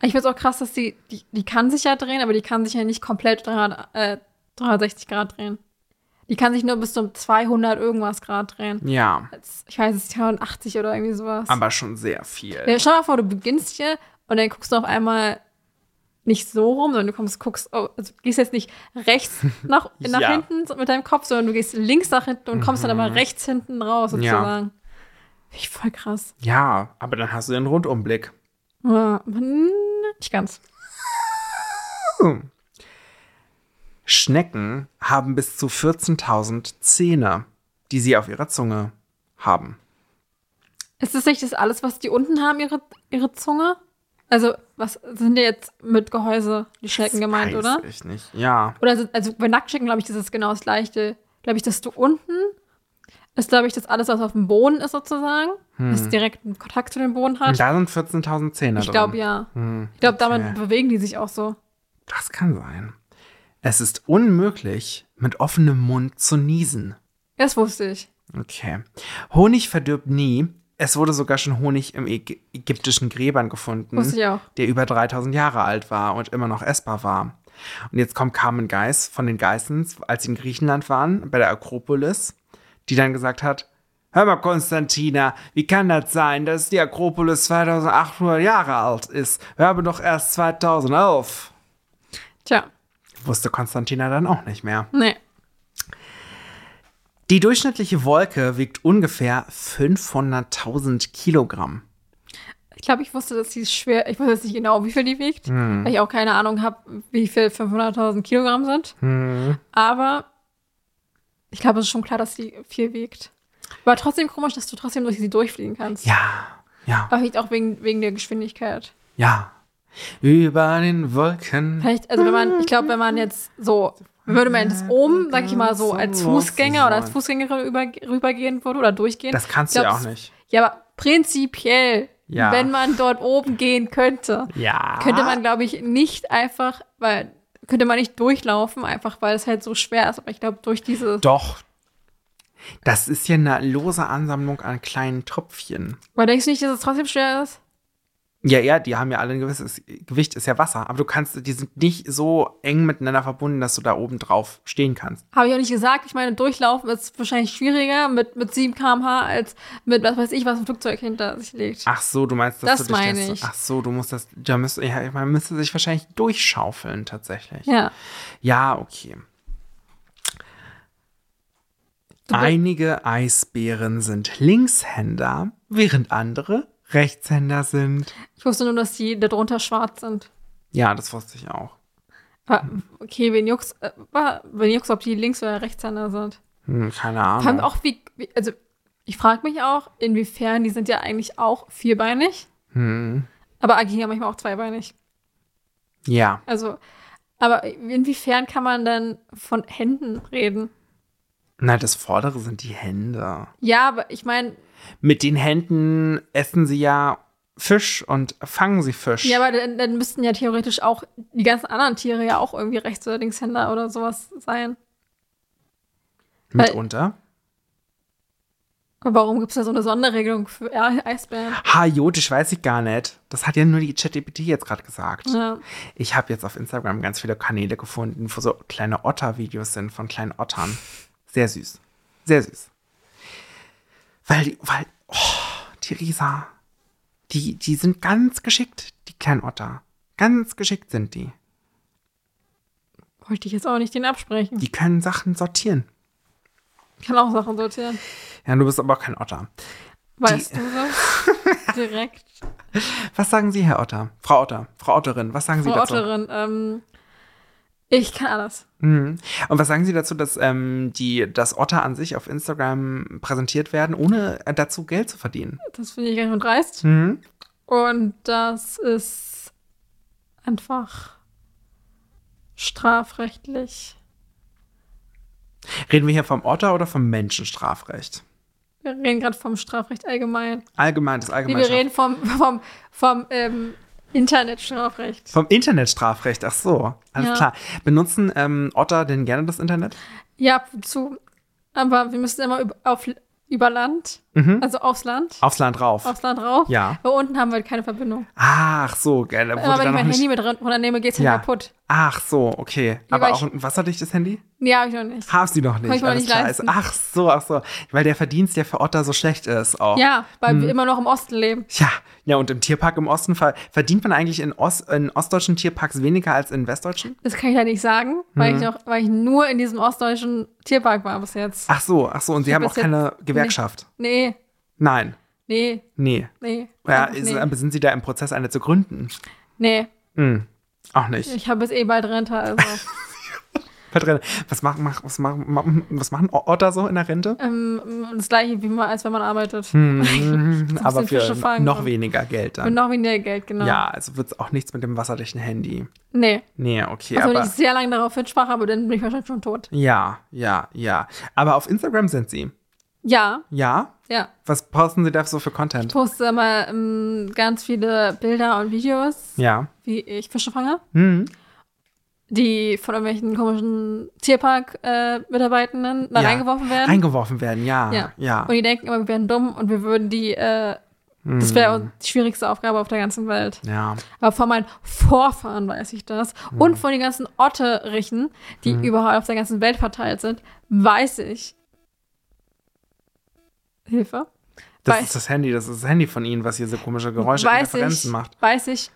[SPEAKER 2] Ich finde es auch krass, dass die, die, die kann sich ja drehen, aber die kann sich ja nicht komplett 300, äh, 360 Grad drehen. Die kann sich nur bis zum 200 irgendwas Grad drehen.
[SPEAKER 1] Ja.
[SPEAKER 2] Jetzt, Ich weiß, es ist 280 oder irgendwie sowas.
[SPEAKER 1] Aber schon sehr viel.
[SPEAKER 2] Ja, stell dir mal vor, du beginnst hier und dann guckst du auf einmal nicht so rum, sondern du kommst, guckst, oh, also du gehst jetzt nicht
[SPEAKER 1] [LAUGHS]
[SPEAKER 2] rechts nach, nach
[SPEAKER 1] Ja. Mhm.
[SPEAKER 2] hinten so mit deinem Kopf, sondern du gehst links nach hinten und kommst dann aber rechts hinten raus,
[SPEAKER 1] Ja.
[SPEAKER 2] sozusagen. Finde ich voll krass.
[SPEAKER 1] Ja, aber dann hast du den Rundumblick.
[SPEAKER 2] Ja, hm, nicht ganz.
[SPEAKER 1] Schnecken haben bis zu 14.000 Zähne, die sie auf ihrer Zunge haben.
[SPEAKER 2] Ist es nicht das alles, was die unten haben, ihre, ihre Zunge? Also, was sind ja jetzt mit Gehäuse die Schnecken gemeint,
[SPEAKER 1] Weiß
[SPEAKER 2] oder?
[SPEAKER 1] Ich nicht. Ja.
[SPEAKER 2] Oder sind, also bei Nacktschnecken, glaube ich, ist es genau das Gleiche. Glaube ich, dass du unten ist, glaube ich, das alles, was auf dem Boden ist, sozusagen, was direkt einen Kontakt zu dem Boden
[SPEAKER 1] Und
[SPEAKER 2] hat.
[SPEAKER 1] Hm. da sind 14.000 Zähne
[SPEAKER 2] Ich
[SPEAKER 1] drin. Hm.
[SPEAKER 2] glaube ja. ich glaube, damit bewegen die sich auch so.
[SPEAKER 1] Das kann sein. Es ist unmöglich, mit offenem Mund zu niesen.
[SPEAKER 2] Das wusste ich.
[SPEAKER 1] Okay. Honig verdirbt nie. Es wurde sogar schon Honig im Äg- ägyptischen Gräbern gefunden,
[SPEAKER 2] Wusste ich auch.
[SPEAKER 1] der über 3000 Jahre alt war und immer noch essbar war. Und jetzt kommt Carmen Geiss von den Geissens, als sie in Griechenland waren, bei der Akropolis, die dann gesagt hat, Hör mal, Konstantina, wie kann das sein, dass die Akropolis 2800 Jahre alt ist? Wir haben doch erst 2000 auf.
[SPEAKER 2] Tja,
[SPEAKER 1] Wusste Konstantina dann auch nicht mehr.
[SPEAKER 2] nee.
[SPEAKER 1] Die durchschnittliche Wolke wiegt ungefähr 500.000 Kilogramm.
[SPEAKER 2] Ich glaube, ich wusste, dass die ist schwer. Ich weiß jetzt nicht genau, wie viel die wiegt,
[SPEAKER 1] Hm.
[SPEAKER 2] weil ich auch keine Ahnung habe, wie viel 500.000 Kilogramm sind.
[SPEAKER 1] Hm.
[SPEAKER 2] Aber ich glaube, es ist schon klar, dass sie viel wiegt. War trotzdem komisch, dass du trotzdem durch sie durchfliegen kannst.
[SPEAKER 1] Ja, ja,
[SPEAKER 2] Aber vielleicht auch wegen, wegen der Geschwindigkeit.
[SPEAKER 1] ja. Über den Wolken.
[SPEAKER 2] Vielleicht, also wenn man, ich glaube, wenn man jetzt so, würde man jetzt oben, sag ich mal so, als Fußgänger oder als Fußgängerin über, rübergehen würde oder durchgehen.
[SPEAKER 1] Das kannst
[SPEAKER 2] Ich
[SPEAKER 1] du ja
[SPEAKER 2] glaub,
[SPEAKER 1] auch
[SPEAKER 2] das-
[SPEAKER 1] nicht.
[SPEAKER 2] Ja, aber prinzipiell,
[SPEAKER 1] Ja.
[SPEAKER 2] wenn man dort oben gehen könnte,
[SPEAKER 1] Ja.
[SPEAKER 2] könnte man, glaube ich, nicht einfach, weil, könnte man nicht durchlaufen, einfach weil es halt so schwer ist. Aber ich glaube, durch diese,
[SPEAKER 1] Doch. Das ist ja eine lose Ansammlung an kleinen Tröpfchen.
[SPEAKER 2] weil denkst du nicht, dass es trotzdem schwer ist?
[SPEAKER 1] Ja, ja, die haben ja alle ein gewisses Gewicht, ist ja Wasser. Aber du kannst, die sind nicht so eng miteinander verbunden, dass du da oben drauf stehen kannst.
[SPEAKER 2] Habe ich auch nicht gesagt. Ich meine, durchlaufen ist wahrscheinlich schwieriger mit, mit 7 km/h als mit, was weiß ich, was ein Flugzeug hinter sich legt.
[SPEAKER 1] Ach so, du meinst, dass
[SPEAKER 2] Das
[SPEAKER 1] du dich
[SPEAKER 2] meine
[SPEAKER 1] das-
[SPEAKER 2] ich.
[SPEAKER 1] Ach so, du musst das, da müsst, ja, man müsste sich wahrscheinlich durchschaufeln tatsächlich.
[SPEAKER 2] Ja.
[SPEAKER 1] Ja, okay. Einige Eisbären sind Linkshänder, während andere Rechtshänder sind.
[SPEAKER 2] Ich wusste nur, dass die darunter schwarz sind.
[SPEAKER 1] Ja, das wusste ich auch.
[SPEAKER 2] Aber, okay, wen juckt's, äh, wa- wen juckt's, ob die Links- oder Rechtshänder sind?
[SPEAKER 1] Hm, keine
[SPEAKER 2] Vor allem
[SPEAKER 1] Ahnung.
[SPEAKER 2] auch wie, wie also ich frage mich auch, inwiefern die sind ja eigentlich auch vierbeinig,
[SPEAKER 1] Hm.
[SPEAKER 2] aber agieren ja manchmal auch zweibeinig.
[SPEAKER 1] Ja,
[SPEAKER 2] Also, aber inwiefern kann man dann von Händen reden?
[SPEAKER 1] na, das vordere sind die Hände.
[SPEAKER 2] Ja, aber ich meine,
[SPEAKER 1] Mit den Händen essen sie ja Fisch und fangen sie Fisch.
[SPEAKER 2] ja, aber dann, dann müssten ja theoretisch auch die ganzen anderen Tiere ja auch irgendwie Rechts- oder Linkshänder oder sowas sein.
[SPEAKER 1] Mitunter.
[SPEAKER 2] Aber warum gibt es da so eine Sonderregelung für ja, Eisbären?
[SPEAKER 1] Ha, Jotisch weiß ich gar nicht. Das hat ja nur die ChatGPT jetzt gerade gesagt.
[SPEAKER 2] Ja.
[SPEAKER 1] Ich habe jetzt auf Instagram ganz viele Kanäle gefunden, wo so kleine Otter-Videos sind von kleinen Ottern. Sehr süß. Sehr süß. Weil die, weil, oh, die Risa, die, die sind ganz geschickt, die kleinen Otter. Ganz geschickt sind die.
[SPEAKER 2] Wollte ich jetzt auch nicht den absprechen.
[SPEAKER 1] Die können Sachen sortieren.
[SPEAKER 2] Ich kann auch Sachen sortieren.
[SPEAKER 1] Ja, du bist aber auch kein Otter.
[SPEAKER 2] Weißt du
[SPEAKER 1] [LAUGHS]
[SPEAKER 2] das? Direkt.
[SPEAKER 1] Was sagen Sie, Herr Otter? Frau Otter, Frau Otterin, was sagen Sie
[SPEAKER 2] Frau
[SPEAKER 1] dazu?
[SPEAKER 2] Otterin, ähm, ich kann alles.
[SPEAKER 1] Mhm. Und was sagen Sie dazu, dass ähm, die, dass Otter an sich auf Instagram präsentiert werden, ohne äh, dazu Geld zu verdienen?
[SPEAKER 2] Das finde ich gar nicht und dreist.
[SPEAKER 1] Mhm.
[SPEAKER 2] Und das ist einfach strafrechtlich.
[SPEAKER 1] Reden wir hier vom Otter oder vom Menschenstrafrecht?
[SPEAKER 2] Wir reden gerade vom Strafrecht allgemein.
[SPEAKER 1] Allgemein, das
[SPEAKER 2] Nee,
[SPEAKER 1] allgemeine
[SPEAKER 2] wir
[SPEAKER 1] Straf-
[SPEAKER 2] reden vom, vom, vom ähm, Internetstrafrecht.
[SPEAKER 1] Vom Internetstrafrecht, ach so. Alles
[SPEAKER 2] Ja.
[SPEAKER 1] klar. Benutzen ähm, Otter denn gerne das Internet?
[SPEAKER 2] Ja, ab und zu. Aber wir müssen immer über, auf, über Land,
[SPEAKER 1] Mhm.
[SPEAKER 2] also aufs Land,
[SPEAKER 1] Aufs Land rauf.
[SPEAKER 2] aufs Land rauf.
[SPEAKER 1] Ja.
[SPEAKER 2] Aber unten haben wir halt keine Verbindung.
[SPEAKER 1] Ach so, geil. da
[SPEAKER 2] Immer
[SPEAKER 1] Wurde
[SPEAKER 2] wenn
[SPEAKER 1] da
[SPEAKER 2] ich
[SPEAKER 1] noch
[SPEAKER 2] mein
[SPEAKER 1] nicht...
[SPEAKER 2] Handy mit drin- runternehme, geht's
[SPEAKER 1] Ja.
[SPEAKER 2] halt kaputt.
[SPEAKER 1] Ach so, okay. Aber
[SPEAKER 2] weil
[SPEAKER 1] auch
[SPEAKER 2] ich-
[SPEAKER 1] ein wasserdichtes Handy?
[SPEAKER 2] Nee, hab ich noch nicht.
[SPEAKER 1] Haben sie noch nicht.
[SPEAKER 2] ich mir noch
[SPEAKER 1] alles
[SPEAKER 2] nicht
[SPEAKER 1] klar.
[SPEAKER 2] leisten.
[SPEAKER 1] Ist- Ach so, ach so. Weil der Verdienst, der für Otter so schlecht ist auch.
[SPEAKER 2] Ja, weil
[SPEAKER 1] Hm.
[SPEAKER 2] wir immer noch im Osten leben.
[SPEAKER 1] Ja, ja, und im Tierpark im Osten ver verdient man eigentlich in, Ost in ostdeutschen Tierparks weniger als in westdeutschen?
[SPEAKER 2] Das kann ich ja nicht sagen, weil,
[SPEAKER 1] Hm.
[SPEAKER 2] ich noch, weil ich nur in diesem ostdeutschen Tierpark war bis jetzt.
[SPEAKER 1] Ach so, ach so, und sie
[SPEAKER 2] hab
[SPEAKER 1] haben auch
[SPEAKER 2] bis jetzt-
[SPEAKER 1] keine Gewerkschaft.
[SPEAKER 2] Nee,
[SPEAKER 1] Nein,
[SPEAKER 2] nee,
[SPEAKER 1] nee.
[SPEAKER 2] nee.
[SPEAKER 1] Ja,
[SPEAKER 2] einfach
[SPEAKER 1] ist,
[SPEAKER 2] nee.
[SPEAKER 1] aber sind sie da im Prozess, eine zu gründen?
[SPEAKER 2] nee,
[SPEAKER 1] Hm. Auch nicht.
[SPEAKER 2] ich habe jetzt eh bald Rente. Also.
[SPEAKER 1] [LAUGHS] Verdränge. Was machen, mach, was machen, ma- was machen O- Otter so in der Rente?
[SPEAKER 2] ähm, das gleiche, wie man, als wenn man arbeitet.
[SPEAKER 1] Hm, aber
[SPEAKER 2] bisschen Fische
[SPEAKER 1] für
[SPEAKER 2] fangen
[SPEAKER 1] noch
[SPEAKER 2] und-
[SPEAKER 1] weniger Geld
[SPEAKER 2] Und
[SPEAKER 1] dann.
[SPEAKER 2] noch weniger Geld, genau.
[SPEAKER 1] Ja, also wird es auch nichts mit dem wasserdichten Handy.
[SPEAKER 2] Nee.
[SPEAKER 1] Nee, okay,
[SPEAKER 2] Also wenn
[SPEAKER 1] aber.
[SPEAKER 2] ich sehr lange darauf hinsprach, aber dann bin ich wahrscheinlich schon tot.
[SPEAKER 1] Ja, ja, ja. Aber auf Instagram sind sie.
[SPEAKER 2] Ja,
[SPEAKER 1] Ja?
[SPEAKER 2] ja.
[SPEAKER 1] Was posten sie da so für Content?
[SPEAKER 2] Poste immer ähm, ganz viele Bilder und Videos,
[SPEAKER 1] Ja.
[SPEAKER 2] wie ich Fische fange,
[SPEAKER 1] Hm.
[SPEAKER 2] die von irgendwelchen komischen Tierpark-Mitarbeitenden da
[SPEAKER 1] Ja.
[SPEAKER 2] reingeworfen werden.
[SPEAKER 1] Eingeworfen werden, ja.
[SPEAKER 2] Ja.
[SPEAKER 1] Ja.
[SPEAKER 2] Und die denken immer, wir wären dumm und wir würden die, äh, das
[SPEAKER 1] Mhm.
[SPEAKER 2] wäre die schwierigste Aufgabe auf der ganzen Welt.
[SPEAKER 1] Ja.
[SPEAKER 2] Aber von meinen Vorfahren weiß ich das.
[SPEAKER 1] Mhm.
[SPEAKER 2] Und von den ganzen Otterichen, die überall auf der ganzen Welt verteilt sind, weiß ich. Hilfe.
[SPEAKER 1] Das
[SPEAKER 2] Weiß-
[SPEAKER 1] ist das Handy, das ist das Handy von ihnen, was hier so komische Geräusche und
[SPEAKER 2] weiß ich,
[SPEAKER 1] Referenzen macht.
[SPEAKER 2] weiß ich,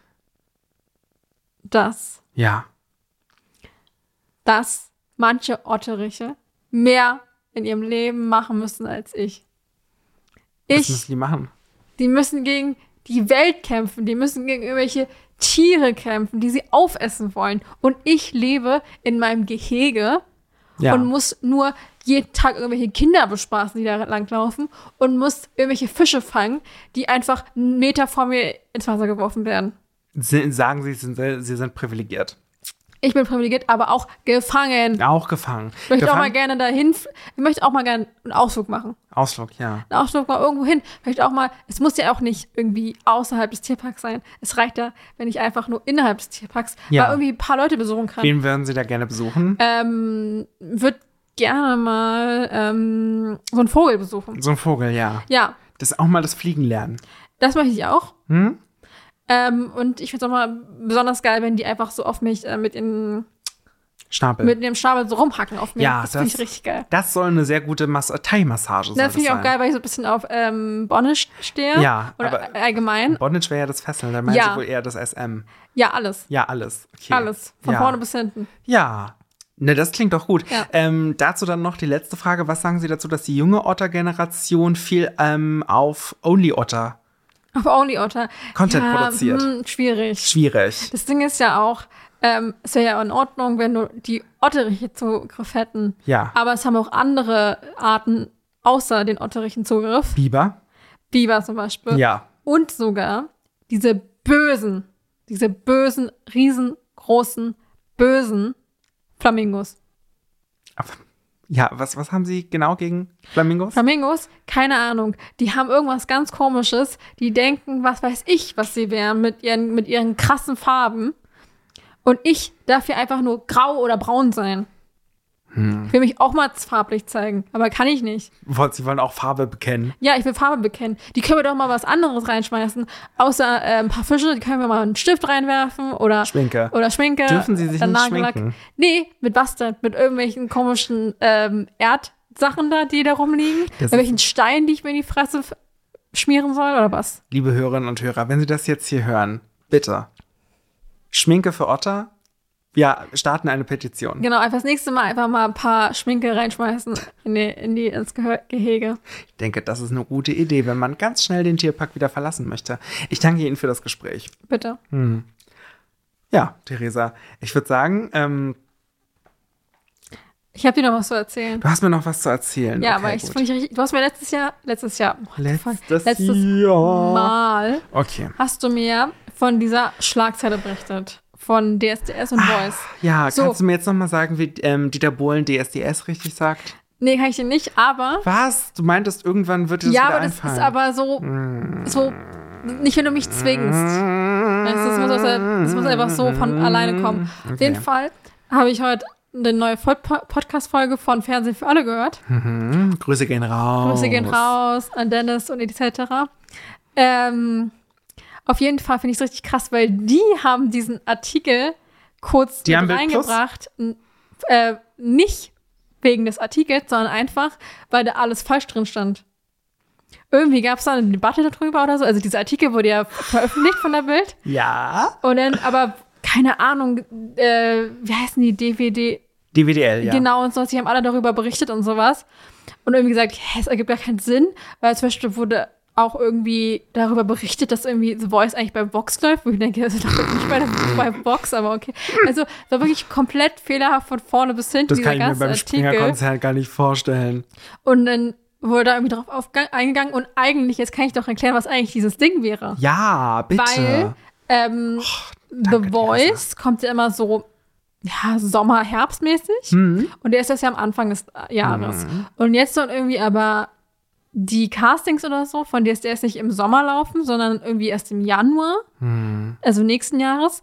[SPEAKER 2] dass,
[SPEAKER 1] Ja.
[SPEAKER 2] dass manche Otteriche mehr in ihrem Leben machen müssen als ich.
[SPEAKER 1] Was
[SPEAKER 2] Ich
[SPEAKER 1] müssen die machen?
[SPEAKER 2] Die müssen gegen die Welt kämpfen. Die müssen gegen irgendwelche Tiere kämpfen, die sie aufessen wollen. Und ich lebe in meinem Gehege
[SPEAKER 1] Ja.
[SPEAKER 2] und muss nur jeden Tag irgendwelche Kinder bespaßen, die da langlaufen und muss irgendwelche Fische fangen, die einfach einen Meter vor mir ins Wasser geworfen werden.
[SPEAKER 1] Sie, sagen sie, sind, sehr- sie sind privilegiert.
[SPEAKER 2] Ich bin privilegiert, aber auch gefangen.
[SPEAKER 1] Auch gefangen.
[SPEAKER 2] Ich möchte auch mal
[SPEAKER 1] gefangen?
[SPEAKER 2] gerne dahin, f- ich möchte auch mal gerne einen Ausflug machen.
[SPEAKER 1] Ausflug, ja.
[SPEAKER 2] einen Ausflug mal irgendwo hin. Vielleicht auch mal, es muss ja auch nicht irgendwie außerhalb des Tierparks sein. Es reicht ja, wenn ich einfach nur innerhalb des Tierparks
[SPEAKER 1] Ja.
[SPEAKER 2] mal irgendwie ein paar Leute besuchen kann.
[SPEAKER 1] Wen würden sie da gerne besuchen?
[SPEAKER 2] Ähm, wird gerne mal ähm, so einen Vogel besuchen.
[SPEAKER 1] so ein Vogel, ja.
[SPEAKER 2] Ja,
[SPEAKER 1] Das auch mal das Fliegen lernen.
[SPEAKER 2] das möchte ich auch.
[SPEAKER 1] Hm?
[SPEAKER 2] Ähm, und ich finde es auch mal besonders geil, wenn die einfach so auf mich äh, mit, in,
[SPEAKER 1] Schnabel.
[SPEAKER 2] mit dem Schnabel so rumhacken auf mir.
[SPEAKER 1] Ja,
[SPEAKER 2] das finde ich
[SPEAKER 1] das-
[SPEAKER 2] richtig geil.
[SPEAKER 1] das soll eine sehr gute Mas Thai-Massage sein.
[SPEAKER 2] Das finde ich auch geil, weil ich so ein bisschen auf ähm, Bonne stehe.
[SPEAKER 1] Ja,
[SPEAKER 2] Oder
[SPEAKER 1] aber-
[SPEAKER 2] allgemein.
[SPEAKER 1] Bondage wäre ja das Fesseln, dann meinst
[SPEAKER 2] Ja.
[SPEAKER 1] du wohl eher das SM.
[SPEAKER 2] Ja, alles.
[SPEAKER 1] Ja, alles. Okay.
[SPEAKER 2] Alles. Von
[SPEAKER 1] ja.
[SPEAKER 2] vorne bis hinten.
[SPEAKER 1] Ja. Ne, das klingt doch gut.
[SPEAKER 2] Ja.
[SPEAKER 1] Ähm, dazu dann noch die letzte Frage. Was sagen Sie dazu, dass die junge Otter-Generation viel ähm, auf Only Otter?
[SPEAKER 2] [LAUGHS] Auf Only Otter.
[SPEAKER 1] Content produziert.
[SPEAKER 2] hm, schwierig.
[SPEAKER 1] Schwierig.
[SPEAKER 2] Das Ding ist ja auch, ähm, es wäre ja in Ordnung, wenn nur die Otteriche Zugriff hätten.
[SPEAKER 1] Ja.
[SPEAKER 2] Aber es haben auch andere Arten außer den Otterichen Zugriff.
[SPEAKER 1] Biber?
[SPEAKER 2] Biber zum Beispiel.
[SPEAKER 1] Ja.
[SPEAKER 2] Und sogar diese bösen, diese bösen, riesengroßen, bösen Flamingos.
[SPEAKER 1] Aber- Ja, was, was haben Sie genau gegen Flamingos?
[SPEAKER 2] Flamingos, keine Ahnung, die haben irgendwas ganz komisches, die denken, was weiß ich, was sie wären mit ihren, mit ihren krassen Farben. Und ich darf hier einfach nur grau oder braun sein. Ich will mich auch mal farblich zeigen, aber kann ich nicht.
[SPEAKER 1] Wollt- Sie wollen auch Farbe bekennen.
[SPEAKER 2] Ja, ich will Farbe bekennen. Die können wir doch mal was anderes reinschmeißen. Außer äh, ein paar Fische, die können wir mal einen Stift reinwerfen oder
[SPEAKER 1] Schminke.
[SPEAKER 2] Oder Schminke.
[SPEAKER 1] Dürfen sie sich
[SPEAKER 2] dann
[SPEAKER 1] nicht
[SPEAKER 2] Nagellack.
[SPEAKER 1] schminken?
[SPEAKER 2] Nee, mit was denn? Mit irgendwelchen komischen ähm, Erdsachen da, die da rumliegen?
[SPEAKER 1] Das
[SPEAKER 2] irgendwelchen Steinen, die ich mir in die Fresse f- schmieren soll oder was?
[SPEAKER 1] Liebe Hörerinnen und Hörer, wenn Sie das jetzt hier hören, bitte Schminke für Otter. Wir starten eine Petition.
[SPEAKER 2] Genau, einfach das nächste Mal einfach mal ein paar Schminke reinschmeißen in die, in die ins Gehö- Gehege.
[SPEAKER 1] Ich denke, das ist eine gute Idee, wenn man ganz schnell den Tierpark wieder verlassen möchte. Ich danke Ihnen für das Gespräch.
[SPEAKER 2] Bitte.
[SPEAKER 1] Hm. Ja, Theresa, ich würde sagen, ähm,
[SPEAKER 2] Ich habe dir noch was zu erzählen.
[SPEAKER 1] du hast mir noch was zu erzählen. Hm.
[SPEAKER 2] ja,
[SPEAKER 1] Okay,
[SPEAKER 2] aber ich
[SPEAKER 1] gut.
[SPEAKER 2] finde ich richtig. Du hast mir letztes Jahr, letztes Jahr, what the fuck,
[SPEAKER 1] Letztes,
[SPEAKER 2] letztes
[SPEAKER 1] Jahr.
[SPEAKER 2] Mal
[SPEAKER 1] Okay.
[SPEAKER 2] hast du mir von dieser Schlagzeile berichtet. Von DSDS
[SPEAKER 1] Ah.
[SPEAKER 2] und Voice.
[SPEAKER 1] Ja,
[SPEAKER 2] So.
[SPEAKER 1] kannst du mir jetzt nochmal sagen, wie ähm, Dieter Bohlen DSDS richtig sagt?
[SPEAKER 2] Nee, kann ich dir nicht, aber.
[SPEAKER 1] Was? Du meintest, irgendwann wird dir das
[SPEAKER 2] Ja,
[SPEAKER 1] wieder
[SPEAKER 2] aber das
[SPEAKER 1] einfallen. Hm.
[SPEAKER 2] ist aber so. So. Nicht, wenn du mich zwingst. Das, das, muss, aus der- das muss einfach so von alleine kommen. Auf jeden Fall habe ich heute eine neue Fol- Po- Podcast-Folge von Fernsehen für alle gehört.
[SPEAKER 1] Mhm. Grüße gehen raus.
[SPEAKER 2] Grüße gehen raus an Dennis und etc. Ähm, auf jeden Fall finde ich es richtig krass, weil die haben diesen Artikel kurz
[SPEAKER 1] Die haben
[SPEAKER 2] mit
[SPEAKER 1] Bild Plus?
[SPEAKER 2] reingebracht. N- Äh, nicht wegen des Artikels, sondern einfach, weil da alles falsch drin stand. Irgendwie gab es da eine Debatte darüber oder so. Also dieser Artikel wurde ja veröffentlicht von der Bild.
[SPEAKER 1] Ja.
[SPEAKER 2] Und dann aber, keine Ahnung, äh, wie heißen die DVD?
[SPEAKER 1] DWDL, ja.
[SPEAKER 2] Genau und so, die haben alle darüber berichtet und sowas. Und irgendwie gesagt, hä, es ergibt gar keinen Sinn, weil zum Beispiel wurde auch irgendwie darüber berichtet, dass irgendwie The Voice eigentlich bei Vox läuft, wo ich denke, das ist doch nicht bei, der,
[SPEAKER 1] [LAUGHS]
[SPEAKER 2] bei Vox, aber okay. Also, es war wirklich komplett fehlerhaft von vorne bis hinten,
[SPEAKER 1] Das
[SPEAKER 2] dieser
[SPEAKER 1] kann ich mir
[SPEAKER 2] ganze
[SPEAKER 1] beim
[SPEAKER 2] Artikel.
[SPEAKER 1] Springer-Konzert gar nicht vorstellen.
[SPEAKER 2] Und dann wurde da irgendwie drauf aufge- eingegangen und eigentlich, jetzt kann ich doch erklären, was eigentlich dieses Ding wäre.
[SPEAKER 1] Ja, bitte.
[SPEAKER 2] Weil ähm, The
[SPEAKER 1] danke,
[SPEAKER 2] Voice kommt ja immer so ja, Sommer, Herbstmäßig.
[SPEAKER 1] Mhm.
[SPEAKER 2] Und der ist das ja am Anfang des äh, Jahres. Und jetzt sollen irgendwie aber die Castings oder so von DSDS nicht im Sommer laufen, sondern irgendwie erst im Januar,
[SPEAKER 1] Mhm.
[SPEAKER 2] also nächsten Jahres.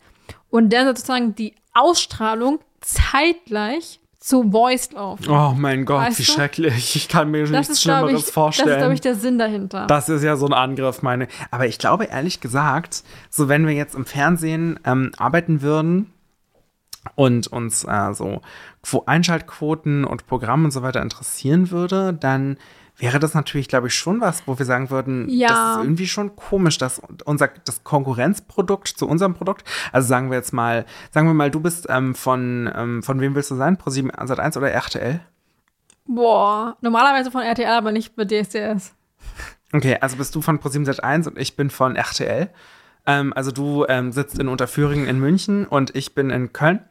[SPEAKER 2] Und dann sozusagen die Ausstrahlung zeitgleich zu Voice laufen.
[SPEAKER 1] oh mein Gott,
[SPEAKER 2] Weißt
[SPEAKER 1] wie
[SPEAKER 2] du?
[SPEAKER 1] schrecklich. Ich kann mir
[SPEAKER 2] das
[SPEAKER 1] nichts
[SPEAKER 2] ist, glaube
[SPEAKER 1] Schlimmeres
[SPEAKER 2] ich, das ist,
[SPEAKER 1] vorstellen.
[SPEAKER 2] glaube ich, der Sinn dahinter.
[SPEAKER 1] Das ist ja so ein Angriff, meine. Aber ich glaube, ehrlich gesagt, so wenn wir jetzt im Fernsehen ähm, arbeiten würden und uns äh, so Quo- Einschaltquoten und Programme und so weiter interessieren würde, dann wäre das natürlich, glaube ich, schon was, wo wir sagen würden,
[SPEAKER 2] Ja.
[SPEAKER 1] das ist irgendwie schon komisch, dass unser das Konkurrenzprodukt zu unserem Produkt, also sagen wir jetzt mal, sagen wir mal, du bist ähm, von, ähm, von wem willst du sein? ProSieben, Sat1 oder RTL?
[SPEAKER 2] Boah, normalerweise von RTL, aber nicht bei DSDS.
[SPEAKER 1] Okay, also bist du von ProSieben Sat1 und ich bin von RTL. Ähm, also du ähm, sitzt in Unterföhringen in München und ich bin in Köln.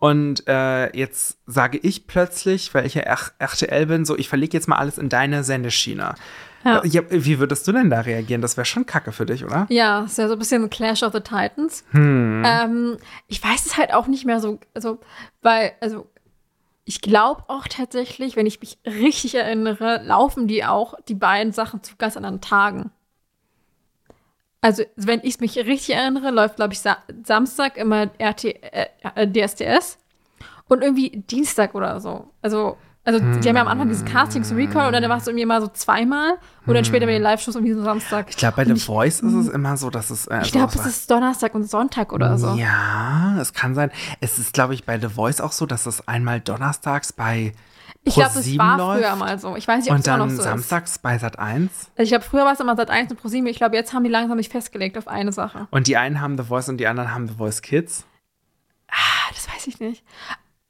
[SPEAKER 1] Und äh, jetzt sage ich plötzlich, weil ich ja R RTL bin, so ich verlege jetzt mal alles in deine Sendeschiene.
[SPEAKER 2] Ja.
[SPEAKER 1] Äh, Ja, wie würdest du denn da reagieren? Das wäre schon Kacke für dich, oder?
[SPEAKER 2] Ja, ist ja so ein bisschen Clash of the Titans. Ähm, ich weiß es halt auch nicht mehr so, also, weil, also, ich glaube auch tatsächlich, wenn ich mich richtig erinnere, laufen die auch die beiden Sachen zu ganz anderen Tagen. Also, wenn ich mich richtig erinnere, läuft, glaube ich, Sa Samstag immer RT äh, äh, DSDS und irgendwie Dienstag oder so. Also, also die haben ja am Anfang dieses Casting zu Recall und dann war es irgendwie immer so zweimal und dann später bei den Live-Shows irgendwie so Samstag.
[SPEAKER 1] Ich glaube, bei The Voice ist es immer so, dass es. Äh,
[SPEAKER 2] Ich glaube,
[SPEAKER 1] so-
[SPEAKER 2] Also es ist Donnerstag und Sonntag oder so.
[SPEAKER 1] Ja, es kann sein. Es ist, glaube ich, bei The Voice auch so, dass es einmal donnerstags bei
[SPEAKER 2] ich glaube, das
[SPEAKER 1] ProSieben
[SPEAKER 2] war
[SPEAKER 1] läuft
[SPEAKER 2] früher mal so. Ich weiß nicht, ob
[SPEAKER 1] und
[SPEAKER 2] es immer noch
[SPEAKER 1] dann
[SPEAKER 2] so ist.
[SPEAKER 1] samstags bei Sat1.
[SPEAKER 2] Also ich glaube, früher war es immer seit 1 und pro 7. Ich glaube, jetzt haben die langsam sich festgelegt auf eine Sache.
[SPEAKER 1] Und die einen haben The Voice und die anderen haben The Voice Kids.
[SPEAKER 2] Ah, das weiß ich nicht.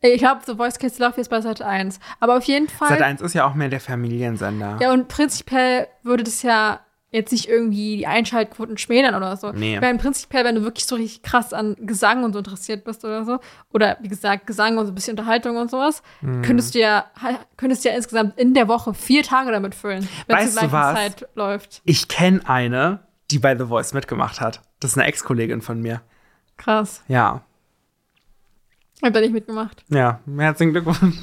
[SPEAKER 2] Ich glaube, The Voice Kids läuft jetzt bei Sat 1. Aber auf jeden Fall.
[SPEAKER 1] Sat 1 ist ja auch mehr der Familiensender.
[SPEAKER 2] Ja, und prinzipiell würde das ja jetzt nicht irgendwie die Einschaltquoten schmälern oder so.
[SPEAKER 1] Nee.
[SPEAKER 2] Weil prinzipiell, wenn du wirklich so richtig krass an Gesang und so interessiert bist oder so, oder wie gesagt, Gesang und so ein bisschen Unterhaltung und sowas,
[SPEAKER 1] Mhm.
[SPEAKER 2] könntest du ja könntest du ja insgesamt in der Woche vier Tage damit füllen, wenn es
[SPEAKER 1] Weißt
[SPEAKER 2] zur
[SPEAKER 1] du
[SPEAKER 2] gleichen
[SPEAKER 1] was?
[SPEAKER 2] Zeit läuft.
[SPEAKER 1] Ich kenne eine, die bei The Voice mitgemacht hat. Das ist eine Ex-Kollegin von mir.
[SPEAKER 2] Krass.
[SPEAKER 1] Ja.
[SPEAKER 2] Hab da nicht mitgemacht.
[SPEAKER 1] Ja, herzlichen Glückwunsch.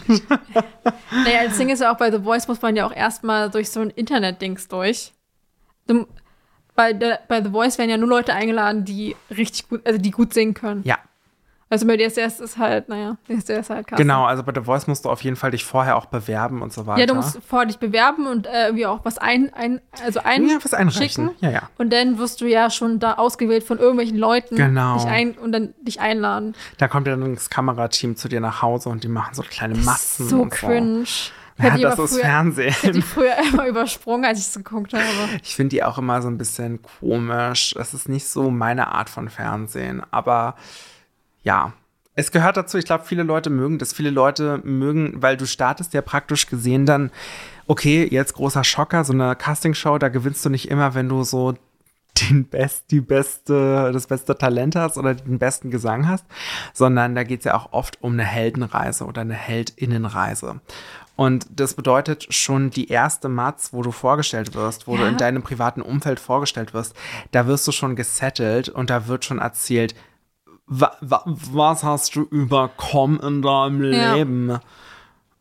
[SPEAKER 2] Naja, als Ding ist ja auch bei The Voice muss man ja auch erstmal durch so ein Internet-Dings durch. Du- Bei, der, bei The Voice werden ja nur Leute eingeladen, die richtig gut, also die gut singen können.
[SPEAKER 1] Ja,
[SPEAKER 2] Also bei DSDS ist halt, naja, DSDS ist halt krass.
[SPEAKER 1] genau. Also bei The Voice musst du auf jeden Fall dich vorher auch bewerben und so weiter.
[SPEAKER 2] Ja, du musst vorher dich bewerben und äh, irgendwie auch was ein, ein also ein
[SPEAKER 1] ja, was einreichen.
[SPEAKER 2] schicken.
[SPEAKER 1] Ja, ja.
[SPEAKER 2] Und dann wirst du ja schon da ausgewählt von irgendwelchen Leuten.
[SPEAKER 1] Genau.
[SPEAKER 2] Dich ein, und dann dich einladen.
[SPEAKER 1] Da kommt ja dann das Kamerateam zu dir nach Hause und die machen so kleine Massen.
[SPEAKER 2] so
[SPEAKER 1] und
[SPEAKER 2] cringe. Ich
[SPEAKER 1] Ja,
[SPEAKER 2] hätte die
[SPEAKER 1] das
[SPEAKER 2] aber
[SPEAKER 1] ist
[SPEAKER 2] früher, hätte
[SPEAKER 1] Fernsehen. [LAUGHS]
[SPEAKER 2] die früher [LAUGHS] immer übersprungen, als ich es geguckt habe.
[SPEAKER 1] Ich finde die auch immer so ein bisschen komisch. Das ist nicht so meine Art von Fernsehen. Aber ja, es gehört dazu, ich glaube, viele Leute mögen das. Viele Leute mögen, weil du startest ja praktisch gesehen dann, okay, jetzt großer Schocker, so eine Castingshow, da gewinnst du nicht immer, wenn du so den Best, die beste, das beste Talent hast oder den besten Gesang hast, sondern da geht es ja auch oft um eine Heldenreise oder eine Heldinnenreise. Und das bedeutet schon die erste Matz, wo du vorgestellt wirst, wo
[SPEAKER 2] Ja.
[SPEAKER 1] du in deinem privaten Umfeld vorgestellt wirst, da wirst du schon gesettelt und da wird schon erzählt, wa wa was hast du überkommen in deinem
[SPEAKER 2] Ja.
[SPEAKER 1] Leben?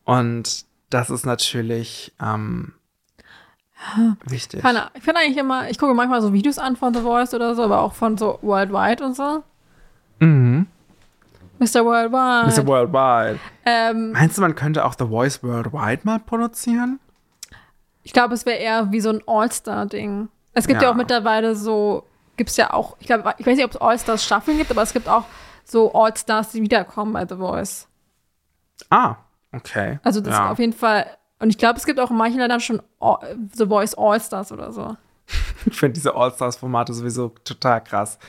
[SPEAKER 1] Und das ist natürlich ähm, wichtig.
[SPEAKER 2] Keine, ich finde eigentlich immer, ich gucke manchmal so Videos an von The Voice oder so, aber auch von so Worldwide und so.
[SPEAKER 1] Mhm.
[SPEAKER 2] Mr. Worldwide.
[SPEAKER 1] Mr. Worldwide.
[SPEAKER 2] ähm,
[SPEAKER 1] Meinst du, man könnte auch The Voice Worldwide mal produzieren?
[SPEAKER 2] ich glaube, es wäre eher wie so ein All-Star-Ding. Es gibt ja.
[SPEAKER 1] Ja.
[SPEAKER 2] auch mittlerweile so, gibt es ja auch, ich glaube, ich weiß nicht, ob es All-Stars-Staffeln gibt, aber es gibt auch so All-Stars, die wiederkommen bei The Voice.
[SPEAKER 1] Ah, okay.
[SPEAKER 2] Also das
[SPEAKER 1] ja.
[SPEAKER 2] ist auf jeden Fall, und ich glaube, es gibt auch in manchen Ländern schon All, The Voice All-Stars oder so.
[SPEAKER 1] [LAUGHS] Ich finde diese All-Stars-Formate sowieso total krass.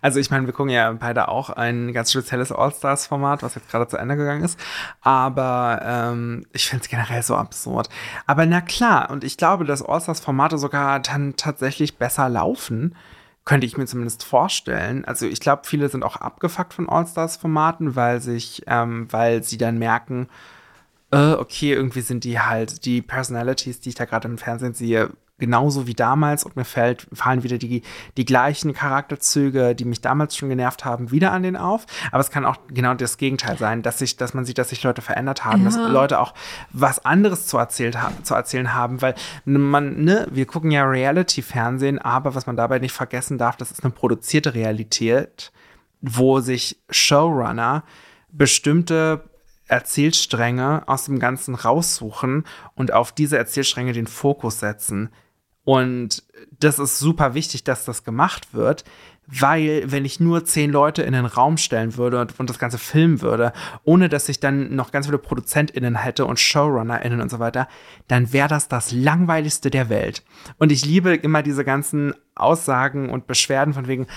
[SPEAKER 1] Also ich meine, wir gucken ja beide auch ein ganz spezielles All-Stars-Format, was jetzt gerade zu Ende gegangen ist. Aber ähm, ich finde es generell so absurd. Aber na klar, und ich glaube, dass All-Stars-Formate sogar dann tatsächlich besser laufen. Könnte ich mir zumindest vorstellen. Also ich glaube, viele sind auch abgefuckt von All-Stars-Formaten, weil sich, ähm, weil sie dann merken, äh, okay, irgendwie sind die halt die Personalities, die ich da gerade im Fernsehen sehe, genauso wie damals und mir fällt, fallen wieder die, die gleichen Charakterzüge, die mich damals schon genervt haben, wieder an den auf. Aber es kann auch genau das Gegenteil sein, dass sich, dass man sieht, dass sich Leute verändert haben, dass
[SPEAKER 2] Ja.
[SPEAKER 1] Leute auch was anderes zu, erzählt ha zu erzählen haben, weil man, ne, wir gucken ja Reality-Fernsehen, aber was man dabei nicht vergessen darf, das ist eine produzierte Realität wo sich Showrunner bestimmte Erzählstränge aus dem Ganzen raussuchen und auf diese Erzählstränge den Fokus setzen. Und das ist super wichtig, dass das gemacht wird, weil wenn ich nur zehn Leute in den Raum stellen würde und, und das Ganze filmen würde, ohne dass ich dann noch ganz viele ProduzentInnen hätte und ShowrunnerInnen und so weiter, dann wäre das das langweiligste der Welt. Und ich liebe immer diese ganzen Aussagen und Beschwerden von wegen,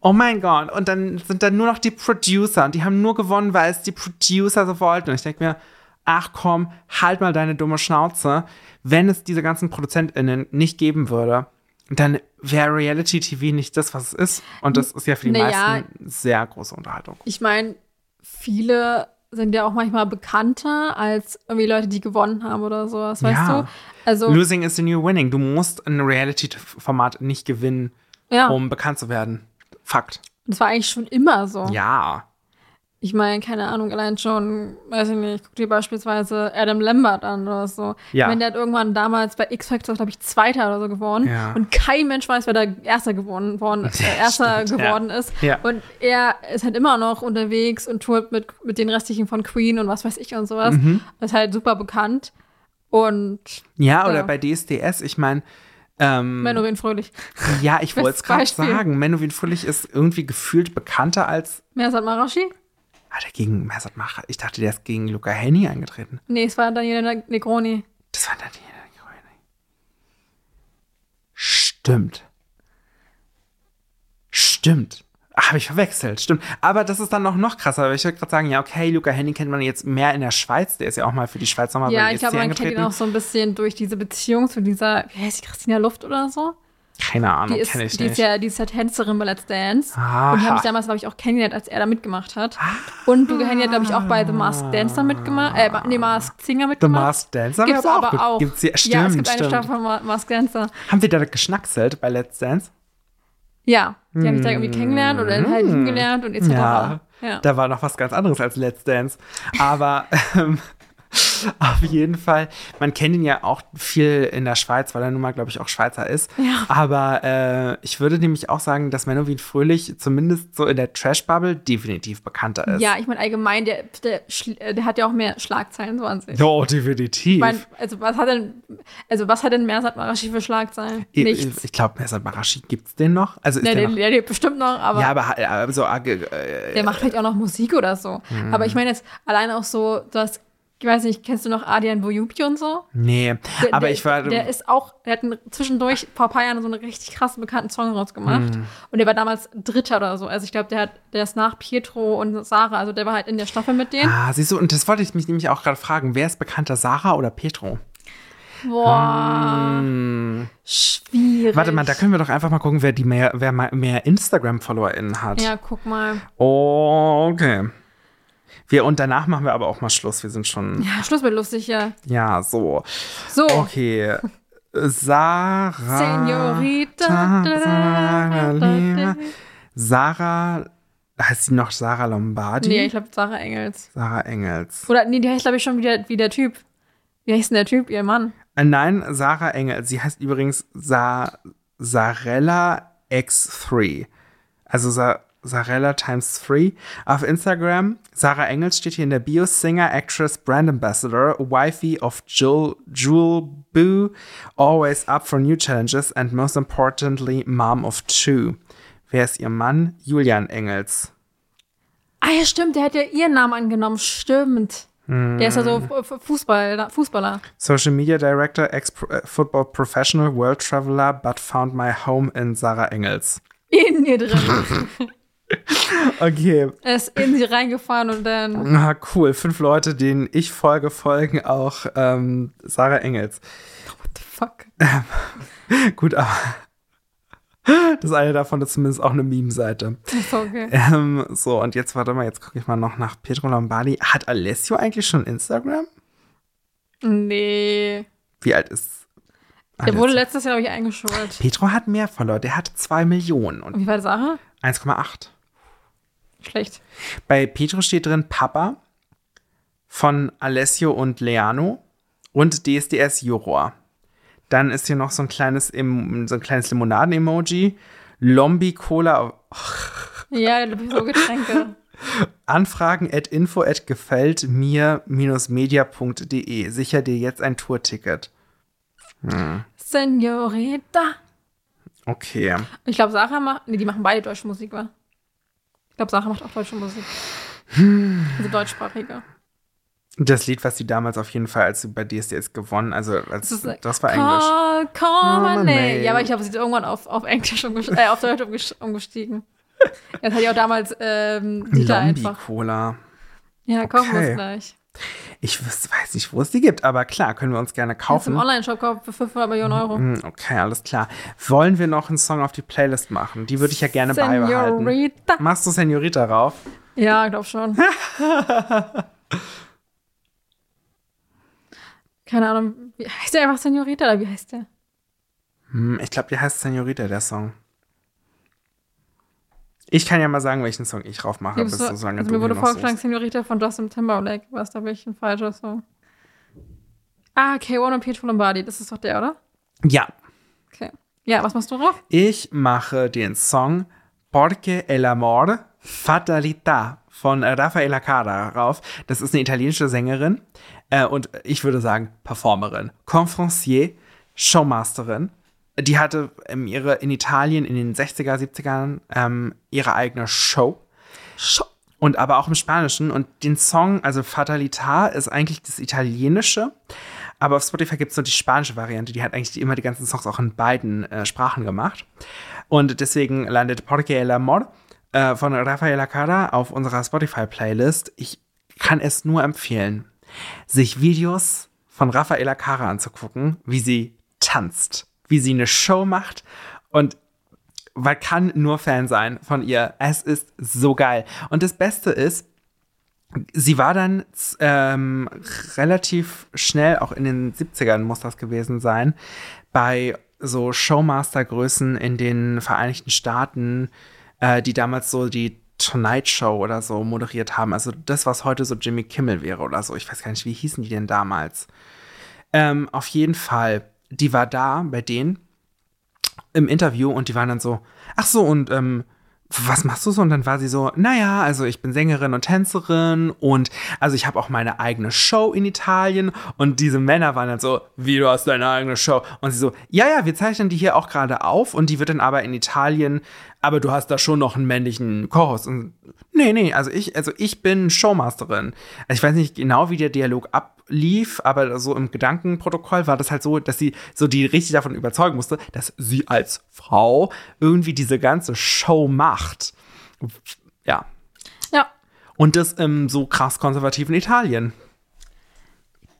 [SPEAKER 1] Oh mein Gott, und dann sind dann nur noch die Producer und die haben nur gewonnen, weil es die Producer so wollten. Und ich denke mir, ach komm, halt mal deine dumme Schnauze. Wenn es diese ganzen ProduzentInnen nicht geben würde, dann wäre Reality TV nicht das, was es ist. Und das ist ja für die
[SPEAKER 2] Naja.
[SPEAKER 1] meisten sehr große Unterhaltung.
[SPEAKER 2] Ich meine, viele sind ja auch manchmal bekannter als irgendwie Leute, die gewonnen haben oder sowas, weißt
[SPEAKER 1] Ja.
[SPEAKER 2] du? Also,
[SPEAKER 1] Losing is the new winning. Du musst ein Reality-Format nicht gewinnen,
[SPEAKER 2] ja,
[SPEAKER 1] um bekannt zu werden. Fakt.
[SPEAKER 2] das war eigentlich schon immer so.
[SPEAKER 1] Ja.
[SPEAKER 2] Ich meine, keine Ahnung, allein schon, weiß ich nicht, guck dir beispielsweise Adam Lambert an oder so.
[SPEAKER 1] Ja.
[SPEAKER 2] Ich meine, der hat irgendwann damals bei X-Factor, glaube ich, Zweiter oder so geworden.
[SPEAKER 1] Ja.
[SPEAKER 2] Und kein Mensch weiß, wer da Erster geworden,
[SPEAKER 1] [LAUGHS]
[SPEAKER 2] worden, äh, Erster
[SPEAKER 1] Stimmt, ja.
[SPEAKER 2] geworden ist.
[SPEAKER 1] Ja.
[SPEAKER 2] Und er ist halt immer noch unterwegs und tourt mit, mit den restlichen von Queen und was weiß ich und sowas.
[SPEAKER 1] Mhm.
[SPEAKER 2] Das ist halt super bekannt. Und
[SPEAKER 1] Ja, oder
[SPEAKER 2] Ja.
[SPEAKER 1] bei DSDS, ich meine, ähm,
[SPEAKER 2] Menorin Fröhlich.
[SPEAKER 1] Ja, ich wollte es
[SPEAKER 2] Bestes
[SPEAKER 1] gerade
[SPEAKER 2] Beispiel.
[SPEAKER 1] sagen. Menowin Fröhlich ist irgendwie gefühlt bekannter als.
[SPEAKER 2] Mersat Marashi?
[SPEAKER 1] Hat er gegen Mersat Macher? Ich dachte, der ist gegen Luca Henny angetreten.
[SPEAKER 2] Nee, es war Daniela Ne- Negroni.
[SPEAKER 1] Das war dann die Stimmt. Stimmt. Habe ich verwechselt, stimmt. Aber das ist dann noch, noch krasser. Aber ich würde gerade sagen, ja, okay, Luca Henny kennt man jetzt mehr in der Schweiz. Der ist ja auch mal für die Schweiz nochmal
[SPEAKER 2] ja,
[SPEAKER 1] bei
[SPEAKER 2] ich
[SPEAKER 1] ESC
[SPEAKER 2] glaube, man kennt
[SPEAKER 1] angetreten.
[SPEAKER 2] ihn auch so ein bisschen durch diese Beziehung zu dieser, wie heißt die, Christina Luft oder so?
[SPEAKER 1] Keine Ahnung,
[SPEAKER 2] Die ist,
[SPEAKER 1] kenne ich
[SPEAKER 2] die,
[SPEAKER 1] nicht.
[SPEAKER 2] ist ja, die ist ja Tänzerin bei Let's Dance.
[SPEAKER 1] Aha.
[SPEAKER 2] Und die haben mich damals, glaube ich, auch kennengelernt, als er da mitgemacht hat. Und du Henny hat, glaube ich, auch bei The Masked Dancer mitgemacht. Äh, nee, Masked Singer
[SPEAKER 1] The
[SPEAKER 2] mitgemacht.
[SPEAKER 1] Masked Dancer
[SPEAKER 2] Gibt's
[SPEAKER 1] haben wir
[SPEAKER 2] aber auch.
[SPEAKER 1] Gibt's hier, stimmt,
[SPEAKER 2] ja, es gibt
[SPEAKER 1] stimmt.
[SPEAKER 2] eine Staffel von Ma- Masked Dancer.
[SPEAKER 1] Haben wir da geschnackselt bei Let's Dance?
[SPEAKER 2] Ja, die haben sich da irgendwie kennengelernt oder halt lieben gelernt und etc.
[SPEAKER 1] Mm. Ja,
[SPEAKER 2] ja.
[SPEAKER 1] da war noch was ganz anderes als Let's Dance. Aber [LAUGHS] ähm, auf jeden Fall, man kennt ihn ja auch viel in der Schweiz, weil er nun mal, glaube ich, auch Schweizer ist.
[SPEAKER 2] Ja.
[SPEAKER 1] Aber äh, ich würde nämlich auch sagen, dass Menowin Fröhlich zumindest so in der Trash-Bubble definitiv bekannter ist.
[SPEAKER 2] ja ich meine, allgemein, der, der, schl- äh, der hat ja auch mehr Schlagzeilen so an sich.
[SPEAKER 1] Jo, definitiv.
[SPEAKER 2] Ich meine, also was hat denn, also was hat denn Mersat Marashi für Schlagzeilen?
[SPEAKER 1] ich
[SPEAKER 2] Nichts.
[SPEAKER 1] ich glaube, Messer Barashi gibt es den noch? Also ist
[SPEAKER 2] Ne,
[SPEAKER 1] der
[SPEAKER 2] der,
[SPEAKER 1] noch?
[SPEAKER 2] der lebt bestimmt noch, aber
[SPEAKER 1] ja, aber also, äh, Hm.
[SPEAKER 2] der macht vielleicht auch noch Musik oder so. Aber ich meine jetzt allein auch so, dass ich weiß nicht, kennst du noch Adian Boyupi und so?
[SPEAKER 1] Nee,
[SPEAKER 2] Der-
[SPEAKER 1] aber
[SPEAKER 2] der,
[SPEAKER 1] ich war.
[SPEAKER 2] Der ist auch, der hat einen, zwischendurch vor ein paar Jahren so einen richtig krassen bekannten Song rausgemacht.
[SPEAKER 1] Hm.
[SPEAKER 2] Und der war damals Dritter oder so. Also ich glaube, der hat, der ist nach Pietro und Sarah. Also der war halt in der Staffel mit denen.
[SPEAKER 1] ah, siehst du, und das wollte ich mich nämlich auch gerade fragen. Wer ist bekannter, Sarah oder Petro?
[SPEAKER 2] Boah,
[SPEAKER 1] Ah, Hm.
[SPEAKER 2] schwierig.
[SPEAKER 1] Warte mal, da können wir doch einfach mal gucken, wer die mehr, wer mal mehr Instagram-FollowerInnen hat.
[SPEAKER 2] Ja, guck mal.
[SPEAKER 1] Okay. Wir, und danach machen wir aber auch mal Schluss. Wir sind schon.
[SPEAKER 2] Ja, Schluss mit lustig, ja.
[SPEAKER 1] Ja, so.
[SPEAKER 2] So.
[SPEAKER 1] Oh. Okay. Sarah.
[SPEAKER 2] Senorita.
[SPEAKER 1] Sarah, Sarah. Heißt sie noch Sarah Lombardi?
[SPEAKER 2] Nee, ich glaube Sarah Engels.
[SPEAKER 1] Sarah Engels.
[SPEAKER 2] Oder nee, die heißt, glaube ich, schon wieder wie der Typ. Wie heißt denn der Typ? Ihr Mann.
[SPEAKER 1] Äh, Nein, Sarah Engels. Sie heißt übrigens Sa Sarella X3. Also Sa Sarella times 3. Auf Instagram, Sarah Engels steht hier in der Bio, Singer, Actress, Brand Ambassador, Wifey of Jewel, Jewel Boo, always up for new challenges and most importantly, Mom of Two. Wer ist ihr Mann? Julian Engels.
[SPEAKER 2] Ah ja, stimmt, der hat ja ihren Namen angenommen. Stimmt. Der ist ja so F- F- Fußballer. Fußballer.
[SPEAKER 1] Social Media Director, Ex-Football Professional, World Traveler, but found my home in Sarah Engels.
[SPEAKER 2] In ihr drin.
[SPEAKER 1] Okay,
[SPEAKER 2] er ist in sie reingefahren und dann.
[SPEAKER 1] Ah, cool. Fünf Leute, denen ich folge, folgen auch ähm, Sarah Engels. [LAUGHS]
[SPEAKER 2] What the fuck?
[SPEAKER 1] Gut, aber [LAUGHS] das eine davon ist zumindest auch eine Meme-Seite.
[SPEAKER 2] Ist okay.
[SPEAKER 1] Ähm, so, und jetzt, warte mal, jetzt gucke ich mal noch nach Pedro Lombardi. Hat Alessio eigentlich schon Instagram?
[SPEAKER 2] Nee.
[SPEAKER 1] Wie alt ist
[SPEAKER 2] Der
[SPEAKER 1] Alessio?
[SPEAKER 2] wurde letztes Jahr, glaube ich, eingeschult.
[SPEAKER 1] Pedro hat mehr Follower. Der hat 2 Millionen und
[SPEAKER 2] Wie war die Sache?
[SPEAKER 1] 1,8.
[SPEAKER 2] Schlecht.
[SPEAKER 1] Bei Pedro steht drin Papa von Alessio und Leano und DSDS Juror. Dann ist hier noch so ein kleines, Em- so ein kleines Limonaden-Emoji. Lombi Cola
[SPEAKER 2] Ja, der so Getränke.
[SPEAKER 1] Anfragen at info at gefällt mir-media.de. Sicher dir jetzt ein Tourticket.
[SPEAKER 2] Senorita.
[SPEAKER 1] Okay.
[SPEAKER 2] Ich glaube, Sarah macht. Nee, die machen beide deutsche Musik, wa? Ich glaube, Sarah macht auch deutsche Musik. Also deutschsprachige.
[SPEAKER 1] Das Lied, was sie damals auf jeden Fall, als sie bei DSDS gewonnen, also als, das, war Englisch.
[SPEAKER 2] Call, call
[SPEAKER 1] Call my
[SPEAKER 2] my name.
[SPEAKER 1] name.
[SPEAKER 2] Ja, aber ich glaube, sie ist irgendwann auf, auf Englisch umgestiegen, äh, auf Deutsch umges- umgestiegen. Jetzt hat ja auch damals ähm, Dieter
[SPEAKER 1] Lombi
[SPEAKER 2] einfach.
[SPEAKER 1] Cola.
[SPEAKER 2] Ja, kaufen wir
[SPEAKER 1] Okay.
[SPEAKER 2] uns gleich.
[SPEAKER 1] Ich wüs- weiß nicht, wo es die gibt, aber klar, können wir uns gerne
[SPEAKER 2] Kannst du
[SPEAKER 1] kaufen.
[SPEAKER 2] im Online-Shop kaufen für 500 Millionen Euro.
[SPEAKER 1] Hm, Okay, alles klar. Wollen wir noch einen Song auf die Playlist machen? Die würde ich ja gerne beibehalten.
[SPEAKER 2] Senorita.
[SPEAKER 1] Machst du Senorita rauf?
[SPEAKER 2] Ja,
[SPEAKER 1] [LAUGHS]
[SPEAKER 2] glaub schon. Keine Ahnung, wie heißt der einfach Senorita oder wie heißt der?
[SPEAKER 1] Hm, ich glaube, die heißt Senorita, der Song. Ich kann ja mal sagen, welchen Song ich rauf mache, bis
[SPEAKER 2] so-
[SPEAKER 1] du so lange
[SPEAKER 2] also
[SPEAKER 1] du
[SPEAKER 2] mir wurde
[SPEAKER 1] hier noch
[SPEAKER 2] vorgeschlagen,
[SPEAKER 1] suchst.
[SPEAKER 2] Senorita von Justin Timberlake. Was da wirklich ein falscher Song? Ah, K1 und Pietro Lombardi. Das ist doch der, oder?
[SPEAKER 1] Ja,
[SPEAKER 2] Okay. Ja, was machst du drauf?
[SPEAKER 1] ich mache den Song Porque el amor fatalita von Raffaella Cara rauf. Das ist eine italienische Sängerin äh, und ich würde sagen Performerin, Confrancier, Showmasterin. Die hatte ähm, ihre in Italien in den 60er, 70ern ähm, ihre eigene Show. Show. Und aber auch im Spanischen. Und den Song, also Fatalita, ist eigentlich das Italienische. Aber auf Spotify gibt es nur die spanische Variante. Die hat eigentlich die- immer die ganzen Songs auch in beiden äh, Sprachen gemacht. Und deswegen landet Porque el Amor äh, von Rafaela Cara auf unserer Spotify-Playlist. Ich kann es nur empfehlen, sich Videos von Rafaela Cara anzugucken, wie sie tanzt, wie sie eine Show macht. Und man kann nur Fan sein von ihr. Es ist so geil. Und das Beste ist, sie war dann z- ähm, relativ schnell, auch in den 70ern muss das gewesen sein, bei so Showmaster-Größen in den Vereinigten Staaten, äh, die damals so die Tonight Show oder so moderiert haben. Also das, was heute so Jimmy Kimmel wäre oder so. Ich weiß gar nicht, wie hießen die denn damals? Ähm, auf jeden Fall, die war da bei denen im Interview und die waren dann so, ach so, und ähm, was machst du so? Und dann war sie so, naja, also ich bin Sängerin und Tänzerin und also ich habe auch meine eigene Show in Italien. Und diese Männer waren dann so, wie du hast deine eigene Show? Und sie so, ja, ja, wir zeichnen die hier auch gerade auf und die wird dann aber in Italien, aber du hast da schon noch einen männlichen Chorus. Und nee, nee, also ich, also ich bin Showmasterin. Also ich weiß nicht genau, wie der Dialog ablief, aber so im Gedankenprotokoll war das halt so, dass sie so die richtig davon überzeugen musste, dass sie als Frau irgendwie diese ganze Show macht. Ja.
[SPEAKER 2] Ja.
[SPEAKER 1] Und das im so krass konservativen Italien.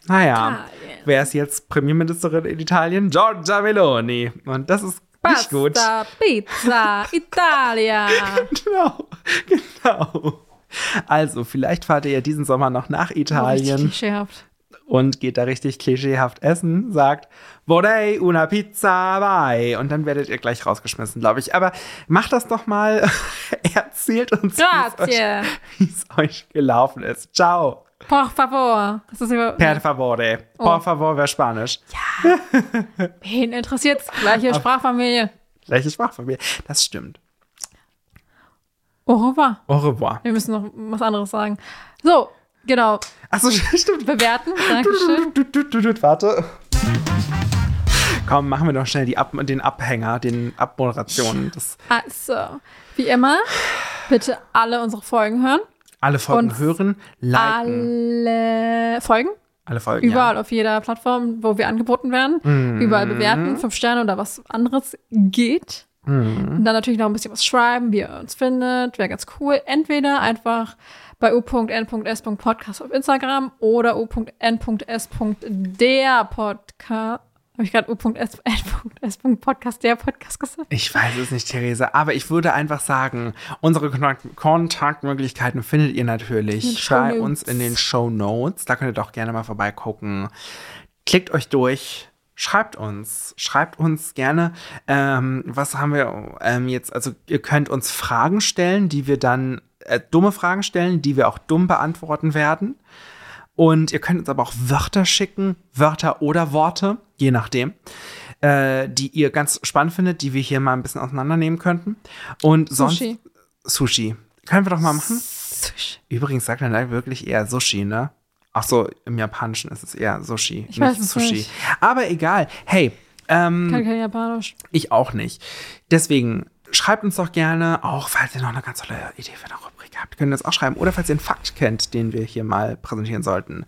[SPEAKER 1] Naja,
[SPEAKER 2] Italien.
[SPEAKER 1] wer ist jetzt Premierministerin in Italien? Giorgia Meloni. Und das ist nicht gut. [LAUGHS]
[SPEAKER 2] Pasta, Pizza, Italia.
[SPEAKER 1] Genau, genau. Also, vielleicht fahrt ihr ja diesen Sommer noch nach
[SPEAKER 2] Oh, Richtig
[SPEAKER 1] Italien
[SPEAKER 2] klischeehaft.
[SPEAKER 1] und geht da richtig klischeehaft essen, sagt Vorrei una pizza vai und dann werdet ihr gleich rausgeschmissen, glaube ich. Aber macht das doch mal. [LAUGHS] Erzählt uns,
[SPEAKER 2] Grazie.
[SPEAKER 1] wie es euch, wie's euch gelaufen ist. Ciao.
[SPEAKER 2] Por favor. Das ist immer.
[SPEAKER 1] Per favore. Por
[SPEAKER 2] Oh.
[SPEAKER 1] favor, wäre Spanisch.
[SPEAKER 2] Wen interessiert's? Gleiche Sprachfamilie.
[SPEAKER 1] Gleiche Sprachfamilie. Das stimmt.
[SPEAKER 2] Au revoir.
[SPEAKER 1] Au revoir.
[SPEAKER 2] Wir müssen noch was anderes sagen. So, genau.
[SPEAKER 1] Achso, [LAUGHS] stimmt.
[SPEAKER 2] Bewerten.
[SPEAKER 1] [LAUGHS]
[SPEAKER 2] Dankeschön.
[SPEAKER 1] Tut, tut, tut, tut, Warte. Komm, machen wir doch schnell die Ab den Abhänger, den Abmoderation. Das
[SPEAKER 2] Also, wie immer, bitte alle unsere Folgen hören.
[SPEAKER 1] alle Folgen
[SPEAKER 2] Und
[SPEAKER 1] hören, liken.
[SPEAKER 2] Alle Folgen.
[SPEAKER 1] Alle Folgen.
[SPEAKER 2] Überall auf jeder Plattform, wo wir angeboten werden. Überall bewerten, fünf Sterne oder was anderes geht. Und dann natürlich noch ein bisschen was schreiben, wie ihr uns findet. Wäre ganz cool. Entweder einfach bei u.n.s.podcast auf Instagram oder u.n.s.der Podcast. Habe ich gerade u.s.n.s.podcast, der Podcast gesagt?
[SPEAKER 1] Ja. Ich weiß es nicht, Therese, aber ich würde einfach sagen, unsere Kontakt Kontaktmöglichkeiten findet ihr
[SPEAKER 2] In den
[SPEAKER 1] natürlich bei
[SPEAKER 2] Shownotes.
[SPEAKER 1] uns in den Show Notes. Da könnt ihr doch gerne mal vorbeigucken. Klickt euch durch. Schreibt uns, schreibt uns gerne, ähm, was haben wir ähm, jetzt, also ihr könnt uns Fragen stellen, die wir dann, äh, dumme Fragen stellen, die wir auch dumm beantworten werden. Und ihr könnt uns aber auch Wörter schicken, Wörter oder Worte, je nachdem, äh, die ihr ganz spannend findet, die wir hier mal ein bisschen auseinandernehmen könnten. Und sonst
[SPEAKER 2] Sushi.
[SPEAKER 1] Sushi. Können wir doch mal machen. Übrigens sagt man da wirklich eher Sushi, ne? Ach so, im Japanischen ist es eher Sushi,
[SPEAKER 2] Ich weiß es
[SPEAKER 1] Sushi.
[SPEAKER 2] nicht.
[SPEAKER 1] Aber egal. Hey, ähm,
[SPEAKER 2] Kann kein Japanisch.
[SPEAKER 1] ich auch nicht. Deswegen schreibt uns doch gerne, auch falls ihr noch eine ganz tolle Idee für eine Rubrik habt, könnt ihr uns auch schreiben. Oder falls ihr einen Fakt kennt, den wir hier mal präsentieren sollten,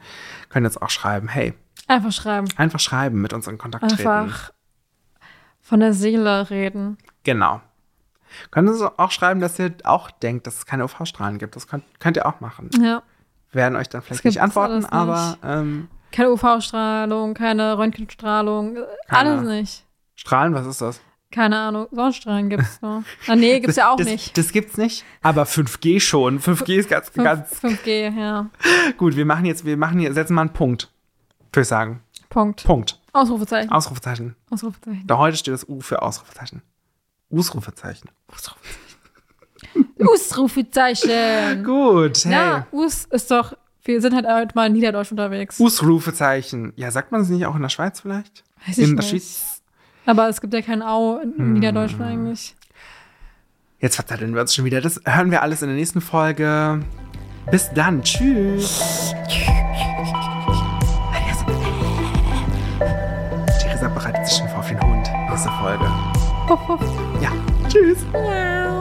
[SPEAKER 1] könnt ihr uns auch schreiben. Hey,
[SPEAKER 2] Einfach schreiben.
[SPEAKER 1] einfach schreiben, mit uns in Kontakt treten.
[SPEAKER 2] Einfach von der Seele reden.
[SPEAKER 1] Genau. Könnt ihr uns auch schreiben, dass ihr auch denkt, dass es keine UV-Strahlen gibt. Das könnt, könnt ihr auch machen.
[SPEAKER 2] Ja.
[SPEAKER 1] Wir werden euch dann vielleicht
[SPEAKER 2] gibt's
[SPEAKER 1] nicht antworten,
[SPEAKER 2] alles nicht.
[SPEAKER 1] aber ähm,
[SPEAKER 2] Keine UV-Strahlung, keine Röntgenstrahlung, äh,
[SPEAKER 1] Keine.
[SPEAKER 2] alles nicht.
[SPEAKER 1] Strahlen, was ist das?
[SPEAKER 2] Keine Ahnung, Sonnenstrahlen
[SPEAKER 1] [LAUGHS]
[SPEAKER 2] gibt's nur. Ah, nee, gibt's ja auch
[SPEAKER 1] das,
[SPEAKER 2] nicht.
[SPEAKER 1] Das gibt's nicht. Aber 5G schon. 5G ist ganz,
[SPEAKER 2] Fünf-
[SPEAKER 1] ganz
[SPEAKER 2] 5G, ja.
[SPEAKER 1] gut. Wir machen jetzt, wir machen hier, setzen mal einen Punkt. Würde ich sagen.
[SPEAKER 2] Punkt.
[SPEAKER 1] Punkt.
[SPEAKER 2] Ausrufezeichen.
[SPEAKER 1] Ausrufezeichen.
[SPEAKER 2] Ausrufezeichen.
[SPEAKER 1] Da heute steht das U für Ausrufezeichen. Ausrufezeichen.
[SPEAKER 2] Ausrufezeichen.
[SPEAKER 1] Gut, hey.
[SPEAKER 2] Ja, Us ist doch, wir sind halt heute mal in Niederdeutsch unterwegs.
[SPEAKER 1] Ausrufezeichen. Ja, sagt man es nicht auch in der Schweiz vielleicht?
[SPEAKER 2] Weiß ich
[SPEAKER 1] in der
[SPEAKER 2] nicht.
[SPEAKER 1] Schweiz.
[SPEAKER 2] Aber es gibt ja kein Au in
[SPEAKER 1] Hm.
[SPEAKER 2] in Niederdeutsch eigentlich.
[SPEAKER 1] Jetzt verzetteln wir uns schon wieder. Das hören wir alles in der nächsten Folge. Bis dann. Tschüss. Theresa bereitet sich schon vor auf den Hund. Nächste Folge.
[SPEAKER 2] Puff, puff.
[SPEAKER 1] Ja. Tschüss.
[SPEAKER 2] Miau.